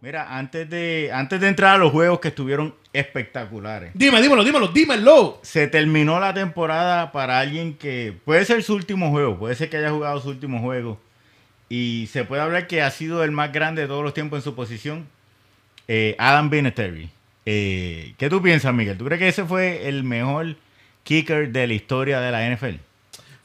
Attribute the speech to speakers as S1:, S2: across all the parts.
S1: Mira, antes de, antes de entrar a los juegos que estuvieron espectaculares,
S2: Dime, dímelo, dímelo, dímelo.
S1: se terminó la temporada para alguien que puede ser su último juego, puede ser que haya jugado su último juego y se puede hablar que ha sido el más grande de todos los tiempos en su posición, eh, Adam Vinatieri. Eh, ¿Qué tú piensas, Miguel? ¿Tú crees que ese fue el mejor kicker de la historia de la NFL?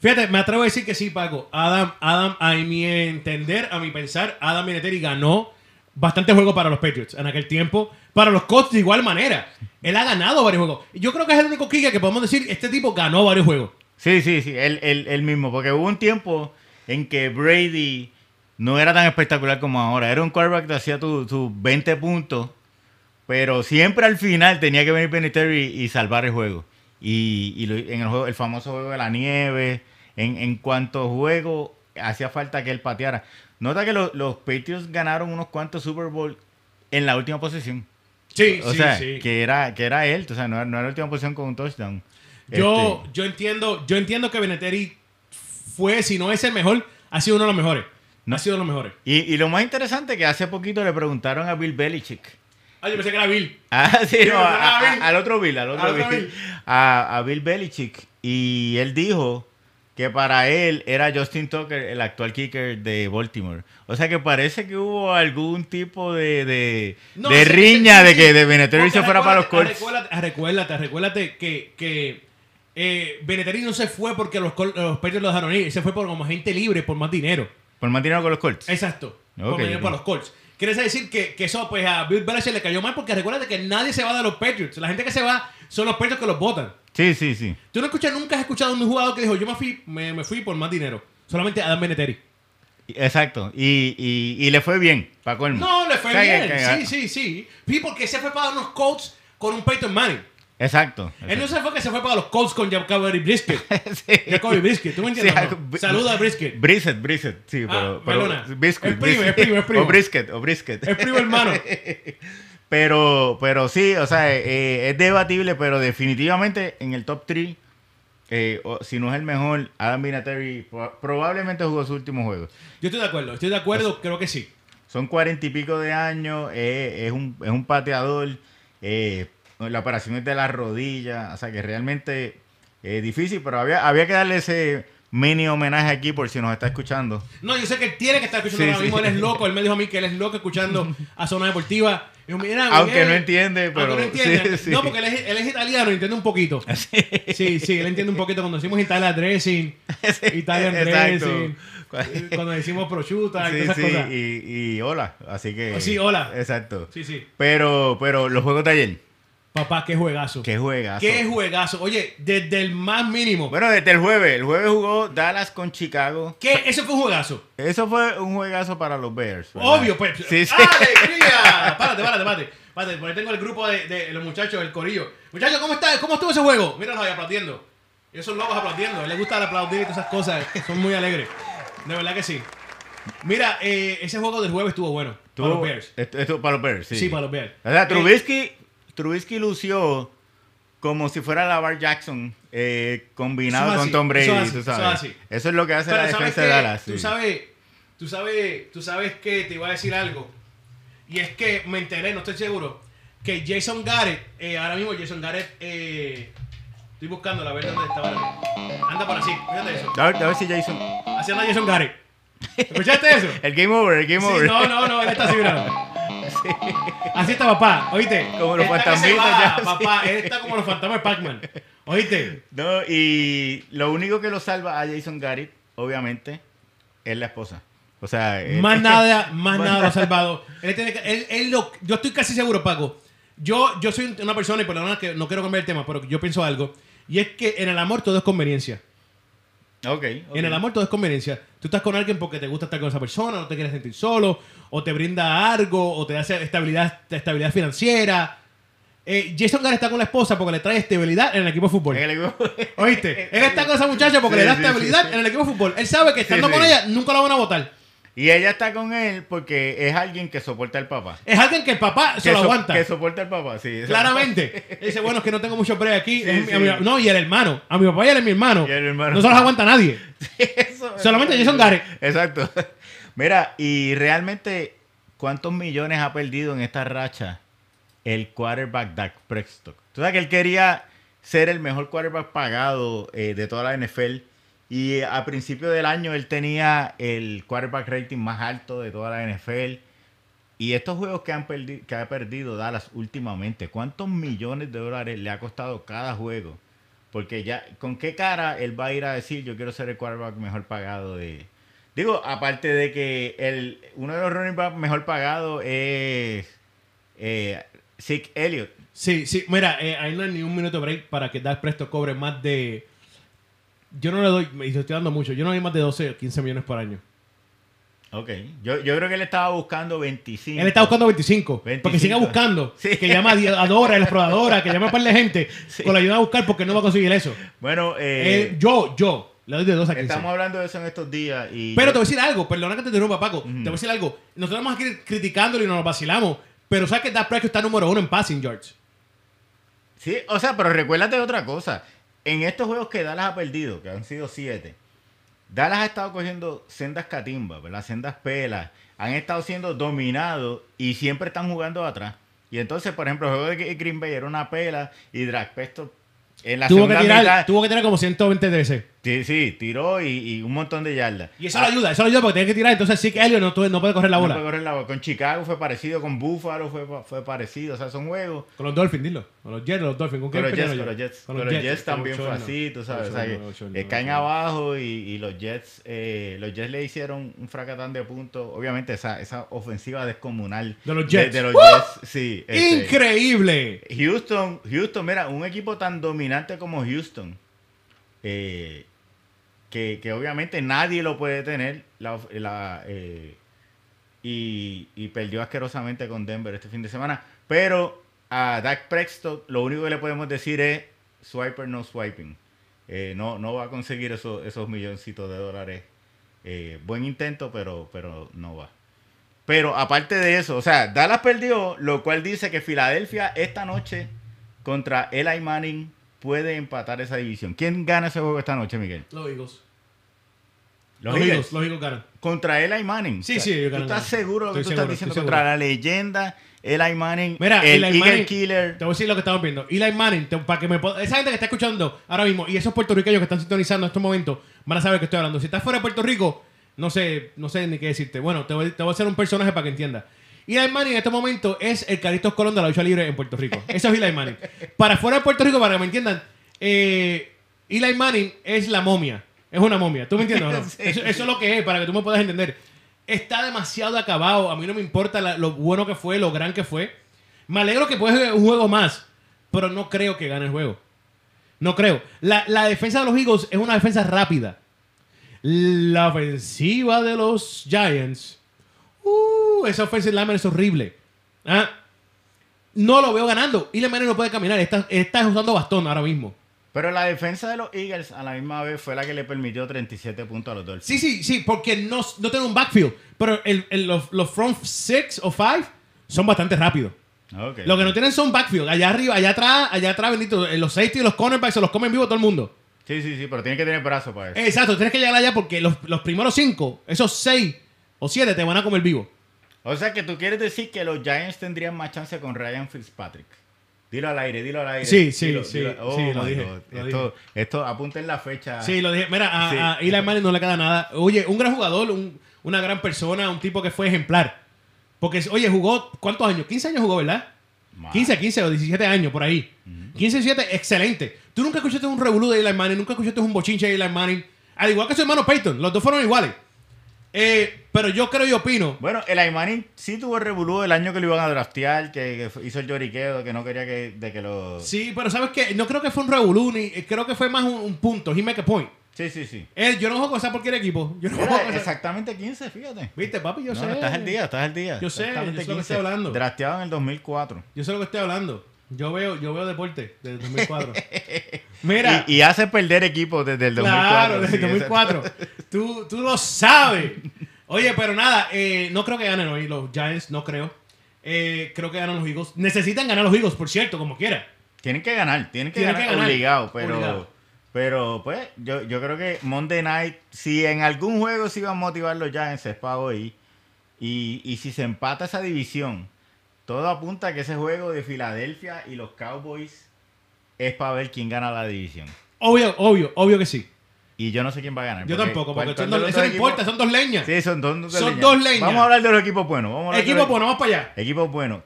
S2: Fíjate, me atrevo a decir que sí, Paco. Adam, Adam, a mi entender, a mi pensar, Adam Vinatieri ganó bastante juego para los Patriots en aquel tiempo. Para los Colts de igual manera. Él ha ganado varios juegos. Yo creo que es el único kicker que podemos decir, este tipo ganó varios juegos.
S1: Sí, sí, sí, él, él- él mismo, porque hubo un tiempo en que Brady no era tan espectacular como ahora. Era un quarterback que hacía tu- tus 20 puntos, pero siempre al final tenía que venir Beniteri y salvar el juego. Y, y lo- en el, juego, el famoso juego de la nieve, en, en cuanto juego, hacía falta que él pateara. Nota que lo- los Patriots ganaron unos cuantos Super Bowl en la última posición.
S2: Sí,
S1: O sea, Que, era, que era él, o sea, no, era- no era la última posición con un touchdown.
S2: Yo,
S1: Este,
S2: yo entiendo, yo entiendo que Vinatieri fue, si no es el mejor, ha sido uno de los mejores.
S1: No.
S2: Ha sido uno de los mejores.
S1: Y, y lo más interesante que hace poquito le preguntaron a Bill Belichick.
S2: Ah, yo pensé que era Bill.
S1: Ah, sí, no, a- a-
S2: Bill.
S1: al otro Bill, al otro,
S2: Al otro
S1: Bill.
S2: Bill.
S1: A, a Bill Belichick. Y él dijo que para él era Justin Tucker, el actual kicker de Baltimore. O sea que parece que hubo algún tipo de, de,
S2: No,
S1: de
S2: sí, sí,
S1: riña
S2: sí,
S1: de
S2: sí.
S1: que de Vinatieri
S2: Porque
S1: se fuera para los
S2: recuérdate-
S1: Colts.
S2: Recuérdate, ah, recuérdate, recuérdate que, que eh, Vinatieri no se fue porque los, Col- los Patriots lo dejaron ir. Se fue por como gente libre, por más dinero.
S1: Por más dinero con los Colts.
S2: Exacto.
S1: Ok,
S2: Por dinero
S1: ok.
S2: para los Colts. Quiere eso decir que, que eso pues a Bill Belichick le cayó mal porque recuérdate que nadie se va de los Patriots. La gente que se va son los Patriots que los votan.
S1: Sí, sí, sí.
S2: Tú no escuchas, nunca has escuchado a un jugador que dijo, yo me fui, me, me fui por más dinero. Solamente Adam Beneteri.
S1: Exacto. Y, y, y le fue bien, para colmo.
S2: No, le fue
S1: O sea, que-
S2: bien.
S1: que-
S2: sí, sí, sí. Sí, porque se fue para unos Colts con un Peyton Manning.
S1: Exacto.
S2: Él no se fue que se fue para los Colts con Jacoby Brisket.
S1: Sí.
S2: Jacoby Brisket, ¿tú me entiendes?
S1: Sí,
S2: o no?
S1: algo-
S2: Saluda a Brisket.
S1: Brisket, brisket, sí,
S2: Ah,
S1: pero, pero
S2: perdona.
S1: brisket,
S2: Es primo, es
S1: brisket.
S2: primo, es primo.
S1: O brisket, o brisket.
S2: Es primo hermano.
S1: Pero, pero sí, o sea, eh, es debatible, pero definitivamente en el top 3, si no es el mejor, Adam Vinatieri pro- probablemente jugó su último juego.
S2: Yo estoy de acuerdo, estoy de acuerdo, creo que sí.
S1: Son cuarenta y pico de años, eh, es, un, es un pateador, eh, la operación es de la rodilla, o sea que realmente es difícil, pero había, había que darle ese mini homenaje aquí por si nos está escuchando.
S2: No, yo sé que él tiene que estar escuchando
S1: Sí,
S2: ahora mismo,
S1: sí.
S2: él es loco, él me dijo a mí que él es loco escuchando a Zona Deportiva. Y yo, mira,
S1: Aunque
S2: Miguel,
S1: no entiende,
S2: aunque
S1: pero-
S2: no, entiende.
S1: sí, sí.
S2: No, porque él es, él es italiano, entiende un poquito. Sí, sí, él entiende un poquito cuando decimos Italia Dressing, Italian
S1: Exacto.
S2: Dressing, eh, cuando decimos prosciutta y
S1: Sí,
S2: todas esas
S1: sí,
S2: cosas. Oh,
S1: y, y hola, así que...
S2: Sí, hola.
S1: Exacto.
S2: Sí, sí.
S1: Pero, pero los juegos de ayer,
S2: Papá, qué juegazo.
S1: ¿qué juegas?
S2: Qué juegazo. Oye, desde el más mínimo.
S1: Bueno, desde el jueves, el jueves jugó Dallas con Chicago.
S2: ¿Qué? Eso fue un juegazo.
S1: Eso fue un juegazo para los Bears. ¿verdad?
S2: Obvio, pues.
S1: Sí, sí.
S2: ¡Alegría! Párate, párate, párate. Párate, porque tengo el grupo de, de los muchachos, el corillo. Muchachos, ¿cómo está? ¿Cómo estuvo ese juego? Míralos ahí aplaudiendo. Ellos son locos aplaudiendo. A él les gusta el aplaudir y todas esas cosas. Son muy alegres. De verdad que sí. Mira, eh, ese juego del jueves estuvo bueno.
S1: Tú-
S2: para los Bears.
S1: Esto, esto para los Bears, sí.
S2: Sí. para los Bears.
S1: O sea,
S2: Eh,
S1: Trubisky, Trubisky lució como si fuera Lavar Jackson eh, combinado
S2: Eso es así,
S1: con Tom Brady,
S2: eso es así,
S1: tú
S2: eso es
S1: sabes.
S2: así.
S1: Eso es lo que hace
S2: pero
S1: la
S2: ¿sabes
S1: defensa
S2: qué?
S1: de Dallas.
S2: Tú
S1: sí.
S2: sabes, tú sabes, tú sabes que te iba a decir algo. Y es que me enteré, no estoy seguro, que Jason Garrett, eh, ahora mismo Jason Garrett, eh, estoy buscando la verdad dónde está ahora mismo. Anda por así, fíjate eso.
S1: A ver, a ver si Jason.
S2: Así anda Jason Garrett. ¿Escuchaste eso?
S1: El game over, el game
S2: Sí,
S1: over.
S2: no, no, no, él está así, mira. Así está papá, oíste.
S1: Como los
S2: Está que se
S1: fantasmitas
S2: va,
S1: ya, sí.
S2: Papá, él está como los fantasmas de Pac-Man. Oíste.
S1: No, y lo único que lo salva a Jason Garrett, obviamente, es la esposa. O sea, él-
S2: Más nada, más
S1: Eh, Más
S2: nada lo ha
S1: nada.
S2: salvado. Él tiene que- él- él lo- yo estoy casi seguro, Paco. Yo, yo soy una persona, y perdona que no quiero cambiar el tema, pero yo pienso algo. Y es que en el amor todo es conveniencia.
S1: Ok, ok.
S2: En el amor todo es conveniencia. Tú estás con alguien porque te gusta estar con esa persona, no te quieres sentir solo, o te brinda algo, o te hace estabilidad, estabilidad financiera. Eh, Jason Garrett está con la esposa porque le trae estabilidad en el equipo de fútbol.
S1: En el-
S2: ¿Oíste? Él está con esa muchacha porque
S1: Sí,
S2: le da
S1: sí,
S2: estabilidad
S1: sí, sí.
S2: en el equipo de fútbol. Él sabe que estando
S1: Sí,
S2: con
S1: sí.
S2: ella nunca la van a votar.
S1: Y ella está con él porque es alguien que soporta al papá.
S2: Es alguien que el papá se
S1: que
S2: lo
S1: so-
S2: aguanta.
S1: Que soporta al papá, sí. eso.
S2: Claramente. Él dice, bueno, es que no tengo mucho break aquí.
S1: Sí,
S2: Es mi-
S1: sí.
S2: a mi- no, y el hermano. A mi papá y él es mi hermano.
S1: Y el hermano.
S2: No se los aguanta nadie.
S1: Eso-
S2: Solamente Jason Garrett.
S1: Exacto. Mira, y realmente, ¿cuántos millones ha perdido en esta racha el quarterback Dak Prescott? Tú sabes que él quería ser el mejor quarterback pagado eh, de toda la NFL. Y eh, a principio del año él tenía el quarterback rating más alto de toda la NFL. Y estos juegos que, han perdi- que ha perdido Dallas últimamente, ¿cuántos millones de dólares le ha costado cada juego? Porque ya, ¿con qué cara él va a ir a decir yo quiero ser el quarterback mejor pagado de... Digo, aparte de que el, uno de los running back mejor pagado es eh, Zeke Elliott.
S2: Sí, sí. Mira, eh, ahí no hay ni un minuto de break para que Dak Presto cobre más de... Yo no le doy, y se estoy dando mucho, yo no doy más de 12 o 15 millones por año.
S1: Ok, yo, yo creo que él estaba buscando 25.
S2: Él está buscando 25,
S1: 25.
S2: porque siga buscando.
S1: Sí.
S2: Que llama a Di- a Dora, a la exploradora, que llama a un par de gente, con la ayuda a buscar porque no va a conseguir eso.
S1: Bueno, eh,
S2: Eh, yo, yo, le doy de 2 a 15.
S1: estamos hablando de eso en estos días. Y
S2: Pero te
S1: yo-
S2: voy a decir algo, perdona que te interrumpa, Paco. Te voy a decir algo. Nosotros estamos aquí criticándolo y nos lo vacilamos. Pero sabes que Dak Prescott está número uno en passing, George.
S1: Sí, o sea, pero recuérdate de otra cosa. En estos juegos que Dallas ha perdido, que han sido siete, Dallas ha estado cogiendo sendas catimbas, ¿verdad? Sendas pelas. Han estado siendo dominados y siempre están jugando atrás. Y entonces, por ejemplo, el juego de Green Bay era una pela y Drag Pesto en la
S2: Tuvo que,
S1: segunda
S2: tirar,
S1: mitad-
S2: tuvo que tirar como 120 veces.
S1: Sí, sí, tiró y, y un montón de yardas. Ah,
S2: Y eso lo ayuda, eso lo ayuda porque tiene que tirar. Entonces sí que Elliot no, tu- no puede correr la
S1: No
S2: bola.
S1: puede correr la bola. Con Chicago fue parecido, con Buffalo fue, fue parecido. O sea, son juegos
S2: Con los Dolphins, dilo. Con los Jets, los Dolphins. ¿Con,
S1: Con
S2: quién
S1: los, Jets,
S2: pelearon
S1: con los
S2: ellos?
S1: Jets, con los Jets también fue
S2: bochorno.
S1: así, tú sabes. o sea, que,
S2: Bochorno, bochorno,
S1: eh, caen
S2: bochorno.
S1: abajo y, y los Jets eh, los Jets le hicieron un fracatán de puntos. Obviamente, esa, esa ofensiva descomunal
S2: De los Jets.
S1: de los Jets, sí. este,
S2: Increíble.
S1: Houston, Houston, mira, un equipo tan dominante como Houston, eh, que, que obviamente nadie lo puede tener, la of- la, eh, y, y perdió asquerosamente con Denver este fin de semana. Pero a Dak Prescott lo único que le podemos decir es swiper no swiping. Eh, no, no va a conseguir esos, esos milloncitos de dólares. Eh, buen intento, pero, pero no va. Pero aparte de eso, o sea, Dallas perdió, lo cual dice que Filadelfia esta noche contra Eli Manning puede empatar esa división. ¿Quién gana ese juego esta noche, Miguel?
S2: Los Eagles.
S1: Los,
S2: Los
S1: Eagles.
S2: Eagles, los Eagles ganan.
S1: Contra Eli Manning.
S2: Sí, sí, ellos
S1: ¿Tú
S2: ganan.
S1: estás seguro de lo que
S2: Estoy
S1: tú
S2: seguro,
S1: estás diciendo?
S2: estoy
S1: Contra
S2: seguro.
S1: la leyenda Eli Manning,
S2: Mira,
S1: el
S2: Eli
S1: Eagle
S2: Manning-
S1: Killer.
S2: Te voy a decir lo que estamos viendo. Eli Manning, te- para que me pod- esa gente que está escuchando ahora mismo y esos puertorriqueños que están sintonizando en estos momentos van a saber que estoy hablando. Si estás fuera de Puerto Rico, no sé, no sé ni qué decirte. Bueno, te voy, te voy a hacer un personaje para que entiendas. Eli Manning en este momento es el Caritos Colón de la lucha libre en Puerto Rico. Eso es Eli Manning. Para fuera de Puerto Rico, para que me entiendan, eh, Eli Manning es la momia. Es una momia. ¿Tú me entiendes? o no?
S1: Sí.
S2: Eso- eso es lo que es, para que tú me puedas entender. Está demasiado acabado. A mí no me importa la- lo bueno que fue, lo gran que fue. Me alegro que puedes jugar un juego más, pero no creo que gane el juego. No creo. La, la defensa de los Eagles es una defensa rápida. La ofensiva de los Giants. Uh, esa ofensiva lineman es horrible. ¿Ah? No lo veo ganando. Y la no puede caminar. Está, está usando bastón ahora mismo.
S1: Pero la defensa de los Eagles a la misma vez fue la que le permitió 37 puntos a los Dolphins.
S2: Sí, sí, sí, porque no, no tiene un backfield. Pero el- el- los, los front six o five son bastante rápidos.
S1: Ok.
S2: Lo que no tienen son backfield. Allá arriba, allá atrás, allá atrás, bendito. eh, Los safety y los cornerbacks se los comen vivo todo el mundo.
S1: Sí, sí, sí, pero tiene que tener brazos para eso.
S2: Exacto, tienes que llegar allá porque los, los primeros cinco, esos seis o siete, te van a comer vivo.
S1: O sea que tú quieres decir que los Giants tendrían más chance con Ryan Fitzpatrick. Dilo al aire, dilo al aire.
S2: Sí, sí,
S1: Dilo,
S2: sí,
S1: dilo.
S2: sí,
S1: Oh,
S2: lo
S1: my
S2: dije,
S1: God.
S2: lo
S1: Esto, esto apunten la fecha.
S2: Sí, lo dije. Mira, a,
S1: Ah. Sí.
S2: a Eli Manning no le queda nada. Oye, un gran jugador, un- una gran persona, un tipo que fue ejemplar. Porque, oye, jugó, ¿cuántos años? 15 años jugó, ¿verdad?
S1: Más.
S2: 15, 15 o 17 años, por ahí. 15, 17, excelente. Tú nunca escuchaste un revolú de Eli Manning, nunca escuchaste un bochinche de Eli Manning. Al igual que su hermano Peyton, los dos fueron iguales. Eh, pero yo creo y opino.
S1: Bueno, el Aymanin sí tuvo el revolú del año que lo iban a draftear, que, que hizo el lloriqueo, que no quería que, de que lo... Sí,
S2: Sí, pero ¿sabes qué? No creo que fue un revolú, ni, eh, creo que fue más un, un punto. He make a point.
S1: sí, sí. sí.
S2: Él, yo no juego con esa porquería de equipo. Yo no
S1: Mira,
S2: juego con esa-
S1: exactamente 15, fíjate.
S2: Viste, papi, yo
S1: No,
S2: sé.
S1: no, estás al día, estás al día.
S2: Yo sé,
S1: Exactamente
S2: yo sé lo que estoy hablando.
S1: Drafteado en el 2004.
S2: Yo sé lo que estoy hablando. Yo veo, yo veo deporte desde el 2004. Mira,
S1: Y, y hace perder equipos desde el 2004.
S2: claro, desde el
S1: sí,
S2: 2004. Tú, tú lo sabes. Oye, pero nada, eh, no creo que ganen hoy los Giants, no creo. Eh, creo que ganan los Eagles. Necesitan ganar los Eagles, por cierto, como quiera.
S1: Tienen que ganar, tienen que
S2: Tienen
S1: ganar,
S2: que ganar.
S1: obligado, pero
S2: Obligado.
S1: pero pues yo, yo creo que Monday Night, si en algún juego se iban a motivar los Giants es para hoy y, y si se empata esa división, todo apunta a que ese juego de Filadelfia y los Cowboys es para ver quién gana la división.
S2: Obvio, obvio, obvio que sí.
S1: Y yo no sé quién va a ganar.
S2: Yo tampoco, porque
S1: ¿cuál- cuál
S2: son
S1: de
S2: dos-
S1: los
S2: eso
S1: dos
S2: no
S1: equipos?
S2: importa, son dos leñas.
S1: Sí, son dos,
S2: Son dos leñas.
S1: Vamos a hablar de los equipos buenos. Vamos a hablar de
S2: Equipo,
S1: los-
S2: pues, no vamos para allá.
S1: Equipo bueno.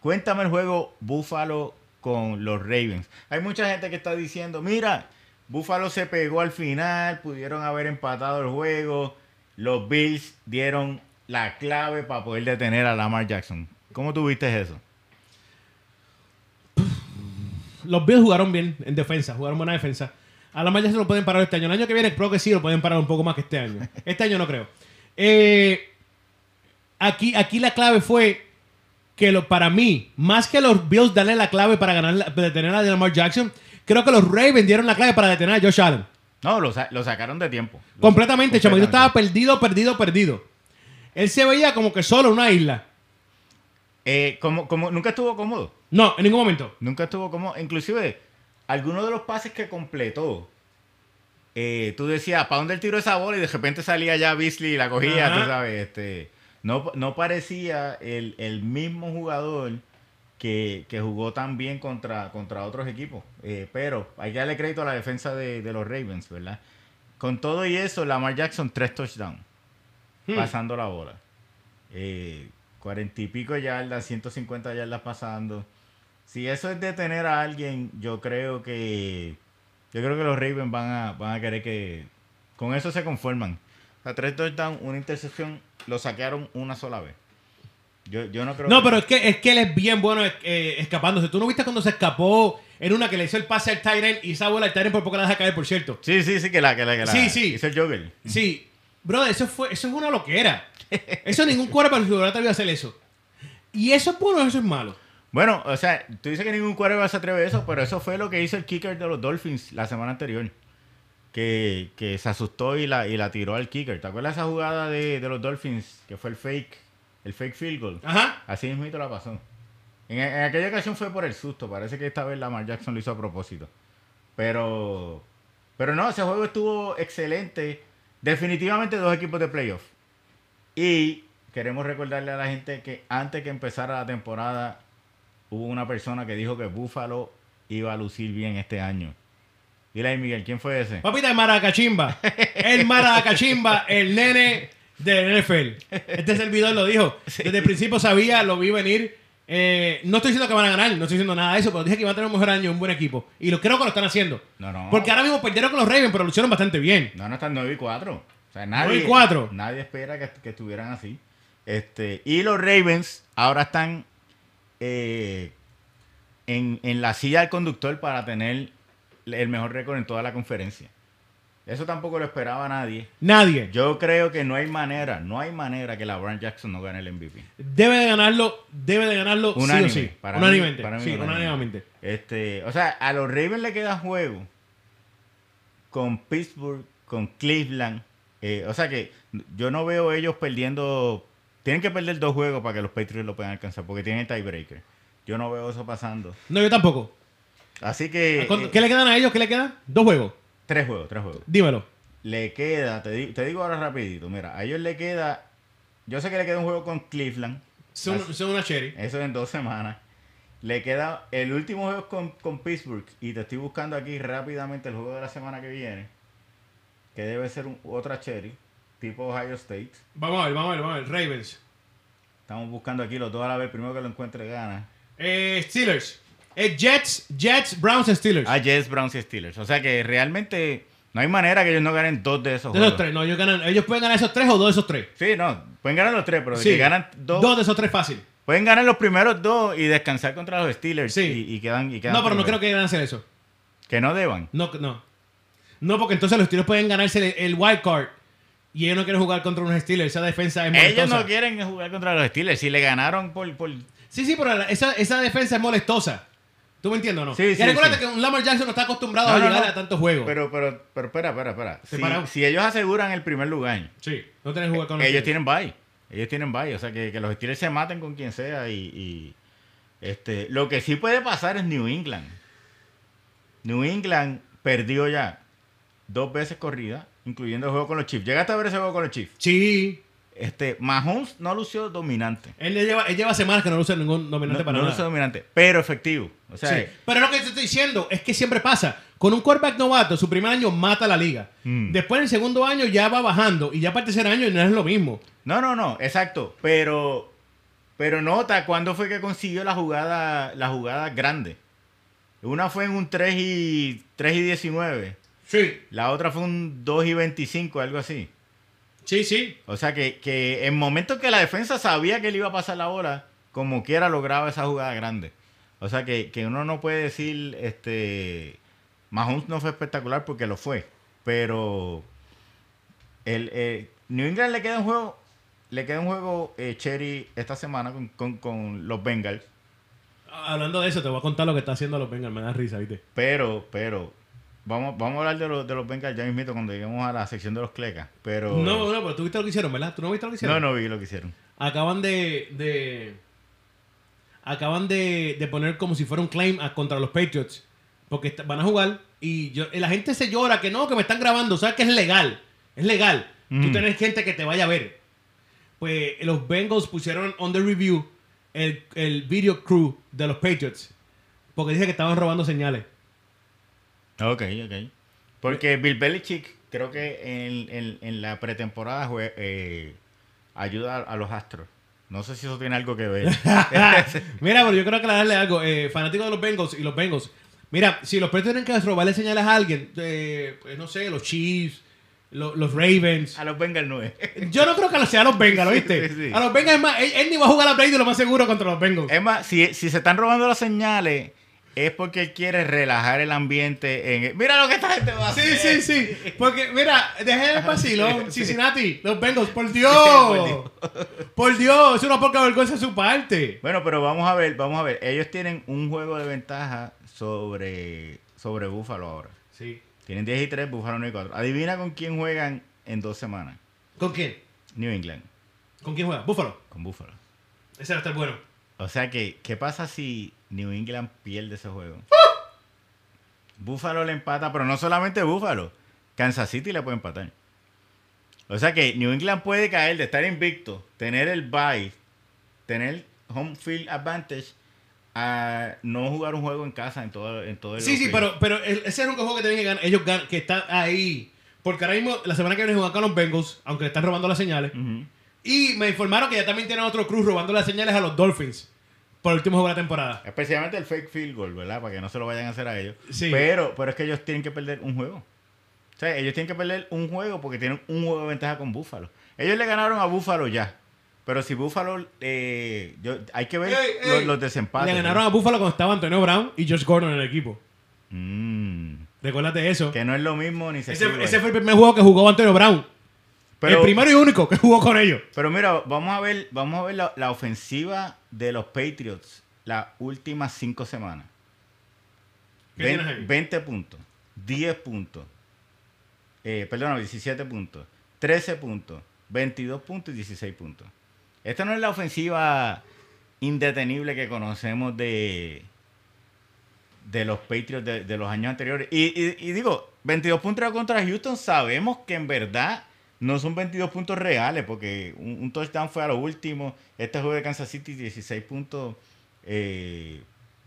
S1: Cuéntame el juego Buffalo con los Ravens. Hay mucha gente que está diciendo, mira, Buffalo se pegó al final, pudieron haber empatado el juego. Los Bills dieron la clave para poder detener a Lamar Jackson. ¿Cómo tuviste eso?
S2: Los Bills jugaron bien en defensa, jugaron buena defensa. A la ya se lo pueden parar este año. El año que viene creo que sí lo pueden parar un poco más que este año. Este año no creo. Eh, aquí, aquí la clave fue que lo, para mí, más que los Bills darle la clave para ganar, la- para detener a Lamar Jackson, creo que los Ravens dieron la clave para detener a Josh Allen.
S1: No, lo, sa- lo sacaron de tiempo. Lo-
S2: Completamente, el chamaquito estaba perdido, perdido, perdido. Él se veía como que solo en una isla.
S1: Eh, como, como, nunca estuvo cómodo.
S2: No, en ningún momento.
S1: Nunca estuvo como. Inclusive, algunos de los pases que completó, eh, tú decías, ¿para dónde él tiró esa bola? Y de repente salía ya Beasley y la cogía,
S2: Ajá.
S1: tú sabes. Este, no, no parecía el, el mismo jugador que, que jugó tan bien contra, contra otros equipos. Eh, pero hay que darle crédito a la defensa de, de los Ravens, ¿verdad? Con todo y eso, Lamar Jackson, tres touchdowns,
S2: Hmm.
S1: pasando la bola. Eh, 40 y pico yardas, 150 yardas pasando. Si eso es detener a alguien, yo creo que yo creo que los Ravens van a, van a querer que con eso se conforman. O sea, tres touchdowns, una intercepción, lo saquearon una sola vez. Yo, yo no creo
S2: No,
S1: que-
S2: pero es que, es que él es bien bueno eh, escapándose. ¿Tú no viste cuando se escapó en una que le hizo el pase al Tyrant y esa bola al Tyrant por poco la deja caer, por cierto?
S1: Sí, sí, sí, que la, que la, que la.
S2: Sí, sí.
S1: Hizo el jogger.
S2: Sí, bro, eso fue, eso es una loquera. Eso ningún cuerpo del jugador te vio hacer eso. Y eso es bueno, o eso es malo.
S1: Bueno, o sea, tú dices que ningún quarterback se atreve a eso, pero eso fue lo que hizo el kicker de los Dolphins la semana anterior. Que, que se asustó y la, y la tiró al kicker. ¿Te acuerdas esa jugada de, de los Dolphins? Que fue el fake, el fake field goal.
S2: Ajá.
S1: Así mismito la pasó. En, en aquella ocasión fue por el susto. Parece que esta vez Lamar Jackson lo hizo a propósito. Pero, pero no, ese juego estuvo excelente. Definitivamente dos equipos de playoff. Y queremos recordarle a la gente que antes que empezara la temporada hubo una persona que dijo que Buffalo iba a lucir bien este año. Dile ahí, Miguel, ¿quién fue ese?
S2: Papita de Maracachimba. El Maracachimba, el nene del NFL. Este servidor lo dijo. Desde el principio sabía, lo vi venir. Eh, no estoy diciendo que van a ganar, no estoy diciendo nada de eso, pero dije que iban a tener un mejor año, un buen equipo. Y lo creo que lo están haciendo.
S1: No, no.
S2: Porque ahora mismo perdieron con los Ravens, pero lo hicieron bastante bien.
S1: No, no están 9 y 4. O sea, nadie,
S2: 9 y 4.
S1: Nadie espera que, que estuvieran así. Este, y los Ravens ahora están eh, en, en la silla del conductor para tener el mejor récord en toda la conferencia. Eso tampoco lo esperaba nadie.
S2: Nadie.
S1: Yo creo que no hay manera, no hay manera que LeBron Jackson no gane el MVP.
S2: Debe de ganarlo, debe de ganarlo
S1: Unánime.
S2: sí o sí.
S1: Para mí-
S2: unánimemente.
S1: para mí
S2: sí,
S1: unánime.
S2: unánimemente.
S1: Este, o sea, a los Ravens le queda juego con Pittsburgh, con Cleveland. Eh, o sea que yo no veo ellos perdiendo. Tienen que perder dos juegos para que los Patriots lo puedan alcanzar, porque tienen el tiebreaker. Yo no veo eso pasando.
S2: No, yo tampoco.
S1: Así que.
S2: ¿Cuánto-
S1: eh,
S2: ¿Qué le quedan a ellos? ¿Qué le quedan? Dos juegos.
S1: tres juegos, tres juegos.
S2: Dímelo.
S1: Le queda, te, di- te digo ahora rapidito, mira, a ellos le queda. Yo sé que le queda un juego con Cleveland.
S2: Son,
S1: Así-
S2: son una cherry.
S1: Eso en dos semanas. Le queda el último juego es con, con Pittsburgh. Y te estoy buscando aquí rápidamente el juego de la semana que viene. Que debe ser un- otra cherry. Tipo Ohio State.
S2: Vamos a ver, vamos a ver, vamos a ver. Ravens.
S1: Estamos buscando aquí los dos a la vez. Primero que lo encuentre gana.
S2: Eh, Steelers. Eh, Jets, Jets, Browns, Steelers.
S1: Ah, Jets, Browns y Steelers. O sea que realmente no hay manera que ellos no ganen dos de esos
S2: de esos
S1: juegos.
S2: tres, no, ellos, ganan, ellos pueden ganar esos tres o dos de esos tres.
S1: Sí, no. Pueden ganar los tres, pero de
S2: Sí,
S1: que ganan dos,
S2: Dos de esos tres fácil.
S1: Pueden ganar los primeros dos y descansar contra los Steelers.
S2: Sí.
S1: Y, y quedan, y quedan
S2: No, pero no creo
S1: primeros.
S2: que van a hacer eso.
S1: Que no deban.
S2: No, no. No, porque entonces los Steelers pueden ganarse el, el wild card y ellos no quieren jugar contra unos Steelers. Esa defensa es molestosa.
S1: Ellos no quieren jugar contra los Steelers. Si le ganaron por... por...
S2: Sí, sí, pero la- esa, esa defensa es molestosa. ¿Tú me entiendes o no?
S1: Sí,
S2: y
S1: sí,
S2: recuérdate
S1: sí.
S2: que un Lamar Jackson no está acostumbrado
S1: No,
S2: a
S1: no,
S2: llegar
S1: no.
S2: a tantos juegos.
S1: Pero, pero, pero, espera, espera, espera. Si,
S2: Separado.
S1: si ellos aseguran el primer lugar,
S2: sí, no tienen que jugar con los
S1: ellos tienen
S2: Steelers.
S1: bye. Ellos tienen bye. O sea, que, que los Steelers se maten con quien sea y... y, este, lo que sí puede pasar es New England. New England perdió ya dos veces corrida, incluyendo el juego con los Chiefs. Llegaste a ver ese juego con los Chiefs.
S2: Sí.
S1: Este, Mahomes no lució dominante.
S2: Él le lleva, él lleva semanas que no usa ningún dominante
S1: No,
S2: para
S1: no
S2: nada.
S1: lució dominante, pero efectivo. O sea,
S2: Sí. Pero lo que te estoy diciendo es que siempre pasa. Con un quarterback novato, su primer año mata la liga.
S1: Mm.
S2: Después, en el segundo año, ya va bajando. Y ya para el tercer año, no es lo mismo.
S1: No, no, no, exacto. Pero, pero nota cuándo fue que consiguió la jugada, la jugada grande. Una fue en un 3 y, 3 y 19.
S2: Sí.
S1: La otra fue un 2 y 25, algo así.
S2: Sí, sí.
S1: O sea que, que en momentos que la defensa sabía que le iba a pasar la bola, como quiera lograba esa jugada grande. O sea que, que uno no puede decir, este, Mahomes no fue espectacular porque lo fue, pero el eh, New England le queda un juego, le queda un juego eh, Cherry esta semana con, con- con los Bengals,
S2: Hablando de eso, te voy a contar lo que está haciendo los Bengals. Me da risa, ¿viste?
S1: pero, pero vamos, vamos a hablar de los de los Bengals ya mismito cuando lleguemos a la sección de los clecas, pero
S2: No, no, pero tú viste lo que hicieron, ¿verdad? ¿Tú no viste lo que
S1: no,
S2: hicieron?
S1: no vi lo que hicieron.
S2: Acaban de. de- acaban de, de poner como si fuera un claim a- contra los Patriots. Porque est- van a jugar. Y yo- y la gente se llora que no, que me están grabando. ¿Sabes que es legal? Es legal. Tú
S1: Mm.
S2: tenés gente que te vaya a ver. Pues los Bengals pusieron on the review el, el video crew de los Patriots. Porque dice que estaban robando señales.
S1: Ok, ok. Porque Bill Belichick creo que en, en- en la pretemporada jue- eh, ayuda a, a los astros. No sé si eso tiene algo que ver.
S2: Mira, pero yo quiero aclararle algo. Eh, fanático de los Bengals y los Bengals. Mira, si los Patriots tienen que robarle señales a alguien, eh, pues, no sé, los Chiefs, lo- los Ravens.
S1: a los Bengals no es.
S2: Yo no creo que sea a los Bengals, ¿viste?
S1: Sí, sí, Eh, sí.
S2: A los Bengals es más, él, él ni va a jugar a Brady lo más seguro contra los Bengals.
S1: Es más, si, si se están robando las señales, es porque él quiere relajar el ambiente. En Mira lo que esta gente va a
S2: Sí,
S1: hacer.
S2: sí, sí. Porque, mira, dejen el vacilón. Cincinnati, los Bengals, por Dios.
S1: Dios.
S2: Por Dios, es una poca vergüenza de su parte.
S1: Bueno, pero vamos a ver, vamos a ver. Ellos tienen un juego de ventaja sobre, sobre Búfalo ahora.
S2: Sí.
S1: Tienen 10 y 3, Búfalo 9 y 4. Adivina con quién juegan en dos semanas.
S2: ¿Con quién?
S1: New England,
S2: ¿Con quién juega? Búfalo.
S1: con Búfalo.
S2: Ese va a estar bueno.
S1: O sea que, ¿qué pasa si New England pierde ese juego? Búfalo le empata, pero no solamente Búfalo. Kansas City le puede empatar. O sea que New England puede caer de estar invicto, tener el bye, tener home field advantage, a no jugar un juego en casa en todo, en todo el
S2: Sí, sí,
S1: playoff.
S2: pero, pero el- ese es un juego que tienen que ganar. Ellos ganan, que están ahí. Porque ahora mismo, la semana que viene juegan con los Bengals, aunque le están robando las señales.
S1: Ujú.
S2: Y me informaron que ya también tienen otro cruz robando las señales a los Dolphins. Por el último juego de la temporada.
S1: Especialmente el fake field goal, ¿verdad? Para que no se lo vayan a hacer a ellos.
S2: Sí.
S1: Pero, pero es que ellos tienen que perder un juego. O sea, ellos tienen que perder un juego porque tienen un juego de ventaja con Búfalo. Ellos le ganaron a Búfalo ya. Pero si Búfalo... eh, yo- hay que ver
S2: Ey,
S1: los,
S2: ey.
S1: los desempates.
S2: Le ganaron a Buffalo cuando estaba Antonio Brown y Josh Gordon en el equipo.
S1: Mm,
S2: Recuérdate eso.
S1: que no es lo mismo ni se
S2: Ese,
S1: equivoca.
S2: ese fue el primer juego que jugó Antonio Brown.
S1: pero,
S2: el primero y único que jugó con ellos.
S1: pero mira, vamos a ver, vamos a ver la, la ofensiva de los Patriots las últimas cinco semanas.
S2: ¿Qué
S1: Ve-
S2: tienes ahí?
S1: 20 puntos, 10 puntos, eh, perdón, 17 puntos, 13 puntos, 22 puntos y 16 puntos. Esta no es la ofensiva indetenible que conocemos de, de los Patriots de, de los años anteriores. Y, y- y digo, 22 puntos contra Houston, sabemos que en verdad no son 22 puntos reales, porque un, un touchdown fue a lo último. Este juego de Kansas City, 16 puntos. eh,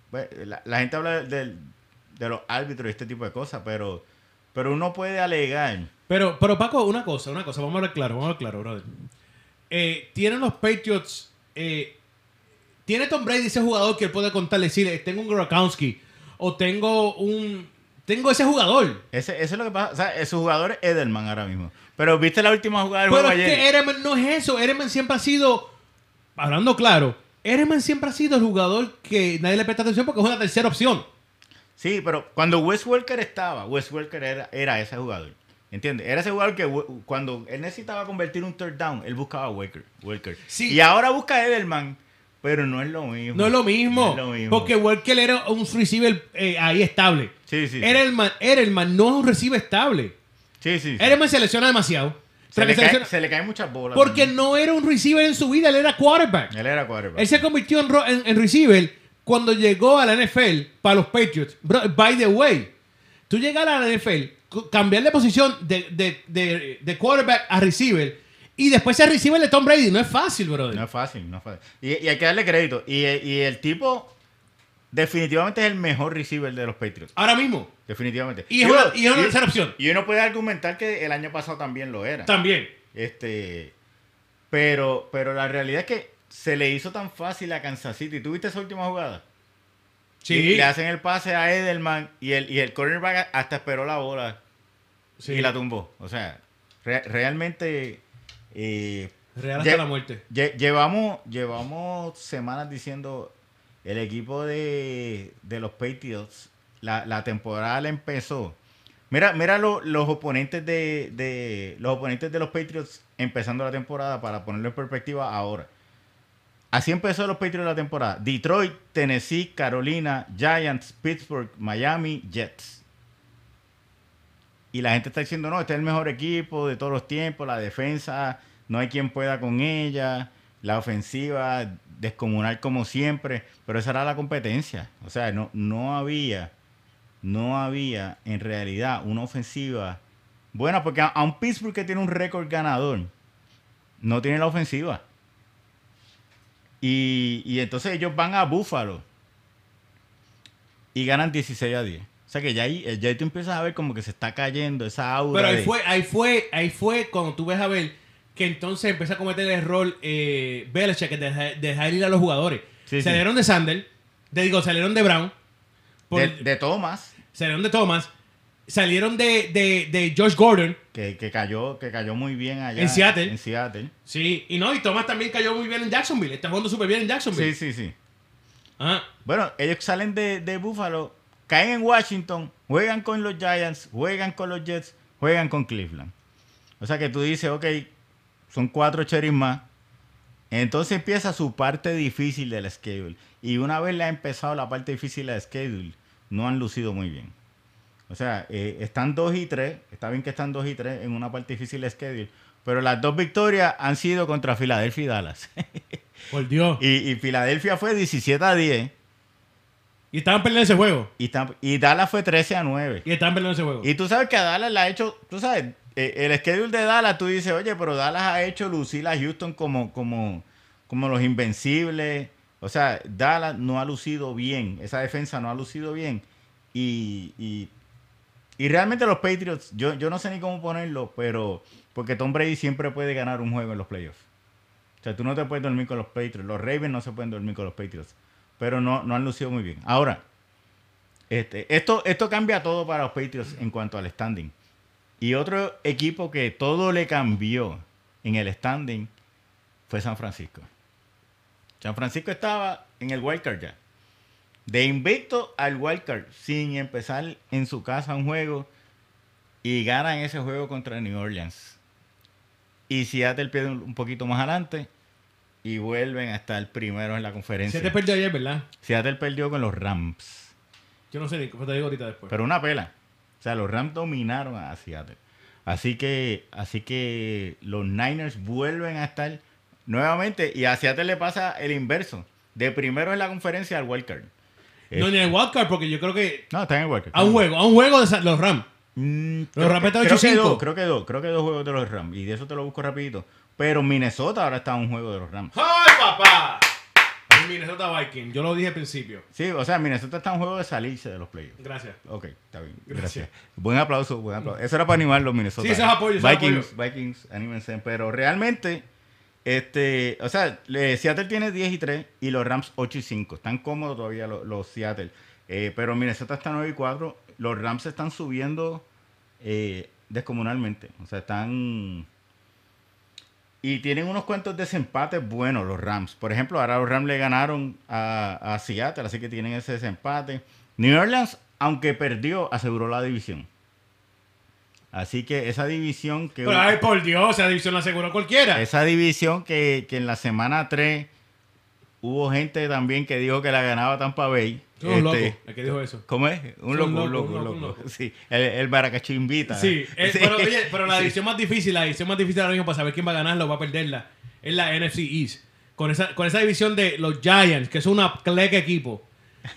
S1: bueno, la, la gente habla del- de los árbitros y este tipo de cosas, pero, pero uno puede alegar.
S2: Pero, pero Paco, una cosa, una cosa, vamos a hablar claro, vamos a hablar claro, brother. Eh, tienen los Patriots eh, tiene Tom Brady ese jugador que él puede contarle, decirle, tengo un Gronkowski o tengo un... Tengo ese jugador.
S1: Ese, eso es lo que pasa. O sea, eh, su jugador es Edelman ahora mismo. Pero viste la última jugada del
S2: Pero
S1: juego
S2: es
S1: ayer.
S2: que Ereman no es eso. Ereman siempre ha sido, hablando claro, Ereman siempre ha sido el jugador que nadie le presta atención porque es una tercera opción.
S1: Sí, pero cuando Wes Welker estaba, Wes Welker era, era ese jugador. ¿Entiendes? Era ese jugador que we- cuando él necesitaba convertir un third down, él buscaba a Welker. Welker.
S2: Sí.
S1: Y ahora busca a Edelman, pero no es lo mismo.
S2: No es lo mismo.
S1: No es lo mismo.
S2: Porque Walker era un receiver eh, ahí estable.
S1: Sí, sí. sí.
S2: Edelman, Edelman no es un receiver estable.
S1: Sí, sí, sí.
S2: Edelman se lesiona demasiado.
S1: Se,
S2: Tras que
S1: le
S2: se
S1: cae-
S2: lesiona-
S1: se le caen muchas bolas.
S2: porque
S1: también.
S2: no era un receiver en su vida, él era quarterback.
S1: Él era quarterback.
S2: Él se convirtió en, ro- en- en receiver cuando llegó a la NFL para los Patriots. Bro, by the way, tú llegar a la NFL, cu- cambiar de posición de, de- de- de quarterback a receiver y después ser receiver de Tom Brady, no es fácil, brother.
S1: No es fácil, no es fácil. Y, y hay que darle crédito. Y, y el tipo definitivamente es el mejor receiver de los Patriots.
S2: Ahora mismo.
S1: Definitivamente.
S2: Y es
S1: Digo,
S2: una, y es una tercera opción.
S1: y uno puede argumentar que el año pasado también lo era.
S2: También.
S1: Este, pero, pero la realidad es que se le hizo tan fácil a Kansas City. ¿Tuviste esa última jugada? Y
S2: Sí.
S1: le hacen el pase a Edelman y el, y el cornerback hasta esperó la bola
S2: Sí.
S1: y la tumbó. O sea, re- realmente eh,
S2: Real hasta
S1: Lle-
S2: la muerte.
S1: lle- llevamos, llevamos semanas diciendo el equipo de, de los Patriots, la, la temporada la empezó. Mira, mira lo- los oponentes de, de- los oponentes de los Patriots empezando la temporada para ponerlo en perspectiva ahora. Así empezó los Patriots la temporada. Detroit, Tennessee, Carolina, Giants, Pittsburgh, Miami, Jets. Y la gente está diciendo, no, este es el mejor equipo de todos los tiempos, la defensa, no hay quien pueda con ella, la ofensiva, descomunal como siempre, pero esa era la competencia. O sea, no, no había, no había en realidad una ofensiva buena, porque a, a un Pittsburgh que tiene un récord ganador, no tiene la ofensiva. Y, y entonces ellos van a Buffalo y ganan 16 a 10. O sea que ya ahí, eh, ya ahí tú empiezas a ver como que se está cayendo esa aura.
S2: Pero ahí
S1: de-
S2: fue, ahí fue, ahí fue cuando tú ves a ver que entonces empezó a cometer el error eh, Belichick de deja- dejar ir a los jugadores.
S1: Sí,
S2: salieron de Sander, de, digo, salieron de Brown, por-
S1: de, de Thomas,
S2: salieron de Thomas, salieron de, de, de Josh Gordon,
S1: que, que cayó, que cayó muy bien allá.
S2: En Seattle.
S1: En Seattle.
S2: sí, y no, y Thomas también cayó muy bien en Jacksonville, está jugando súper bien en Jacksonville. Ah,
S1: Sí, sí, sí.
S2: Ajá.
S1: Bueno, ellos salen de, de Buffalo, caen en Washington, juegan con los Giants, juegan con los Jets, juegan con Cleveland. O sea que tú dices, ok, son cuatro cherries más. Entonces empieza su parte difícil del schedule. Y una vez le ha empezado la parte difícil del schedule, no han lucido muy bien. O sea, eh, están 2 y 3. Está bien que están 2 y 3 en una parte difícil del schedule. Pero las dos victorias han sido contra Filadelfia y Dallas.
S2: Por Dios. Y,
S1: y, y Filadelfia fue 17 a 10.
S2: estaban perdiendo ese juego.
S1: Y, tam- y Dallas fue 13 a 9.
S2: Y estaban perdiendo ese juego.
S1: Y tú sabes que a Dallas la ha hecho, tú sabes, eh, el schedule de Dallas, tú dices, oye, pero Dallas ha hecho lucir a Houston como, como, como los invencibles. O sea, Dallas no ha lucido bien, esa defensa no ha lucido bien. Y, y, y realmente los Patriots, yo, yo no sé ni cómo ponerlo, pero porque Tom Brady siempre puede ganar un juego en los playoffs. O sea, tú no te puedes dormir con los Patriots. Los Ravens no se pueden dormir con los Patriots. Pero no, no han lucido muy bien. Ahora, este, esto, esto cambia todo para los Patriots en cuanto al standing. Y otro equipo que todo le cambió en el standing fue San Francisco. San Francisco estaba en el wildcard ya. De invicto al wildcard, sin empezar en su casa un juego. Y ganan ese juego contra New Orleans. Y Seattle pierde un un poquito más adelante. Y vuelven a estar primeros en la conferencia.
S2: Siete perdió ayer, ¿verdad?
S1: Seattle perdió con los Rams.
S2: Yo no sé, ni- te digo ahorita después.
S1: Pero una pela. O sea, los Rams dominaron a Seattle. Así que, así que los Niners vuelven a estar nuevamente. Y a Seattle le pasa el inverso. De primero en la conferencia al wildcard. Eh,
S2: no, ni el wildcard, porque yo creo que
S1: no, está en el wildcard.
S2: a un juego, a un juego de San- los Rams.
S1: Mm,
S2: Los
S1: creo que-
S2: Rams están
S1: creo que
S2: 8-5.
S1: dos, creo que dos. Creo que dos juegos de los Rams. Y de eso te lo busco rapidito. Pero Minnesota ahora está a un juego de los Rams.
S2: ¡Ay, papá! El Minnesota Viking, yo lo dije al principio.
S1: Sí, o sea, Minnesota está a un juego de salirse de los playoffs.
S2: Gracias.
S1: Ok, está bien.
S2: Gracias.
S1: Gracias. Buen aplauso, buen aplauso. Eso era para animar los Minnesota.
S2: Sí, eso es apoyo, eso es
S1: Vikings, Vikings, anímense. Pero realmente, Este, o sea, le- Seattle tiene 10 y 3 y los Rams 8 y 5. Están cómodos todavía los, los Seattle. Eh, pero Minnesota está 9 y 4. Los Rams están subiendo eh, descomunalmente. O sea, están... Y tienen unos cuantos desempates buenos los Rams. Por ejemplo, ahora los Rams le ganaron a, a Seattle, así que tienen ese desempate. New Orleans, aunque perdió, aseguró la división. Así que esa división que...
S2: Pero, ay, por Dios, esa división la aseguró cualquiera.
S1: Esa división que, que en la semana 3 hubo gente también que dijo que la ganaba Tampa Bay.
S2: Son un loco,
S1: Este,
S2: el que dijo eso.
S1: ¿Cómo es? Un loco, un loco, un loco. Sí, el, el Baracacho invita.
S2: Sí,
S1: ¿no?
S2: eh,
S1: Sí.
S2: Pero, oye, pero la
S1: Sí.
S2: división más difícil, la división más difícil ahora mismo para saber quién va a ganarla o va a perderla, es la NFC East. Con esa, con esa división de los Giants, que es una cleca equipo.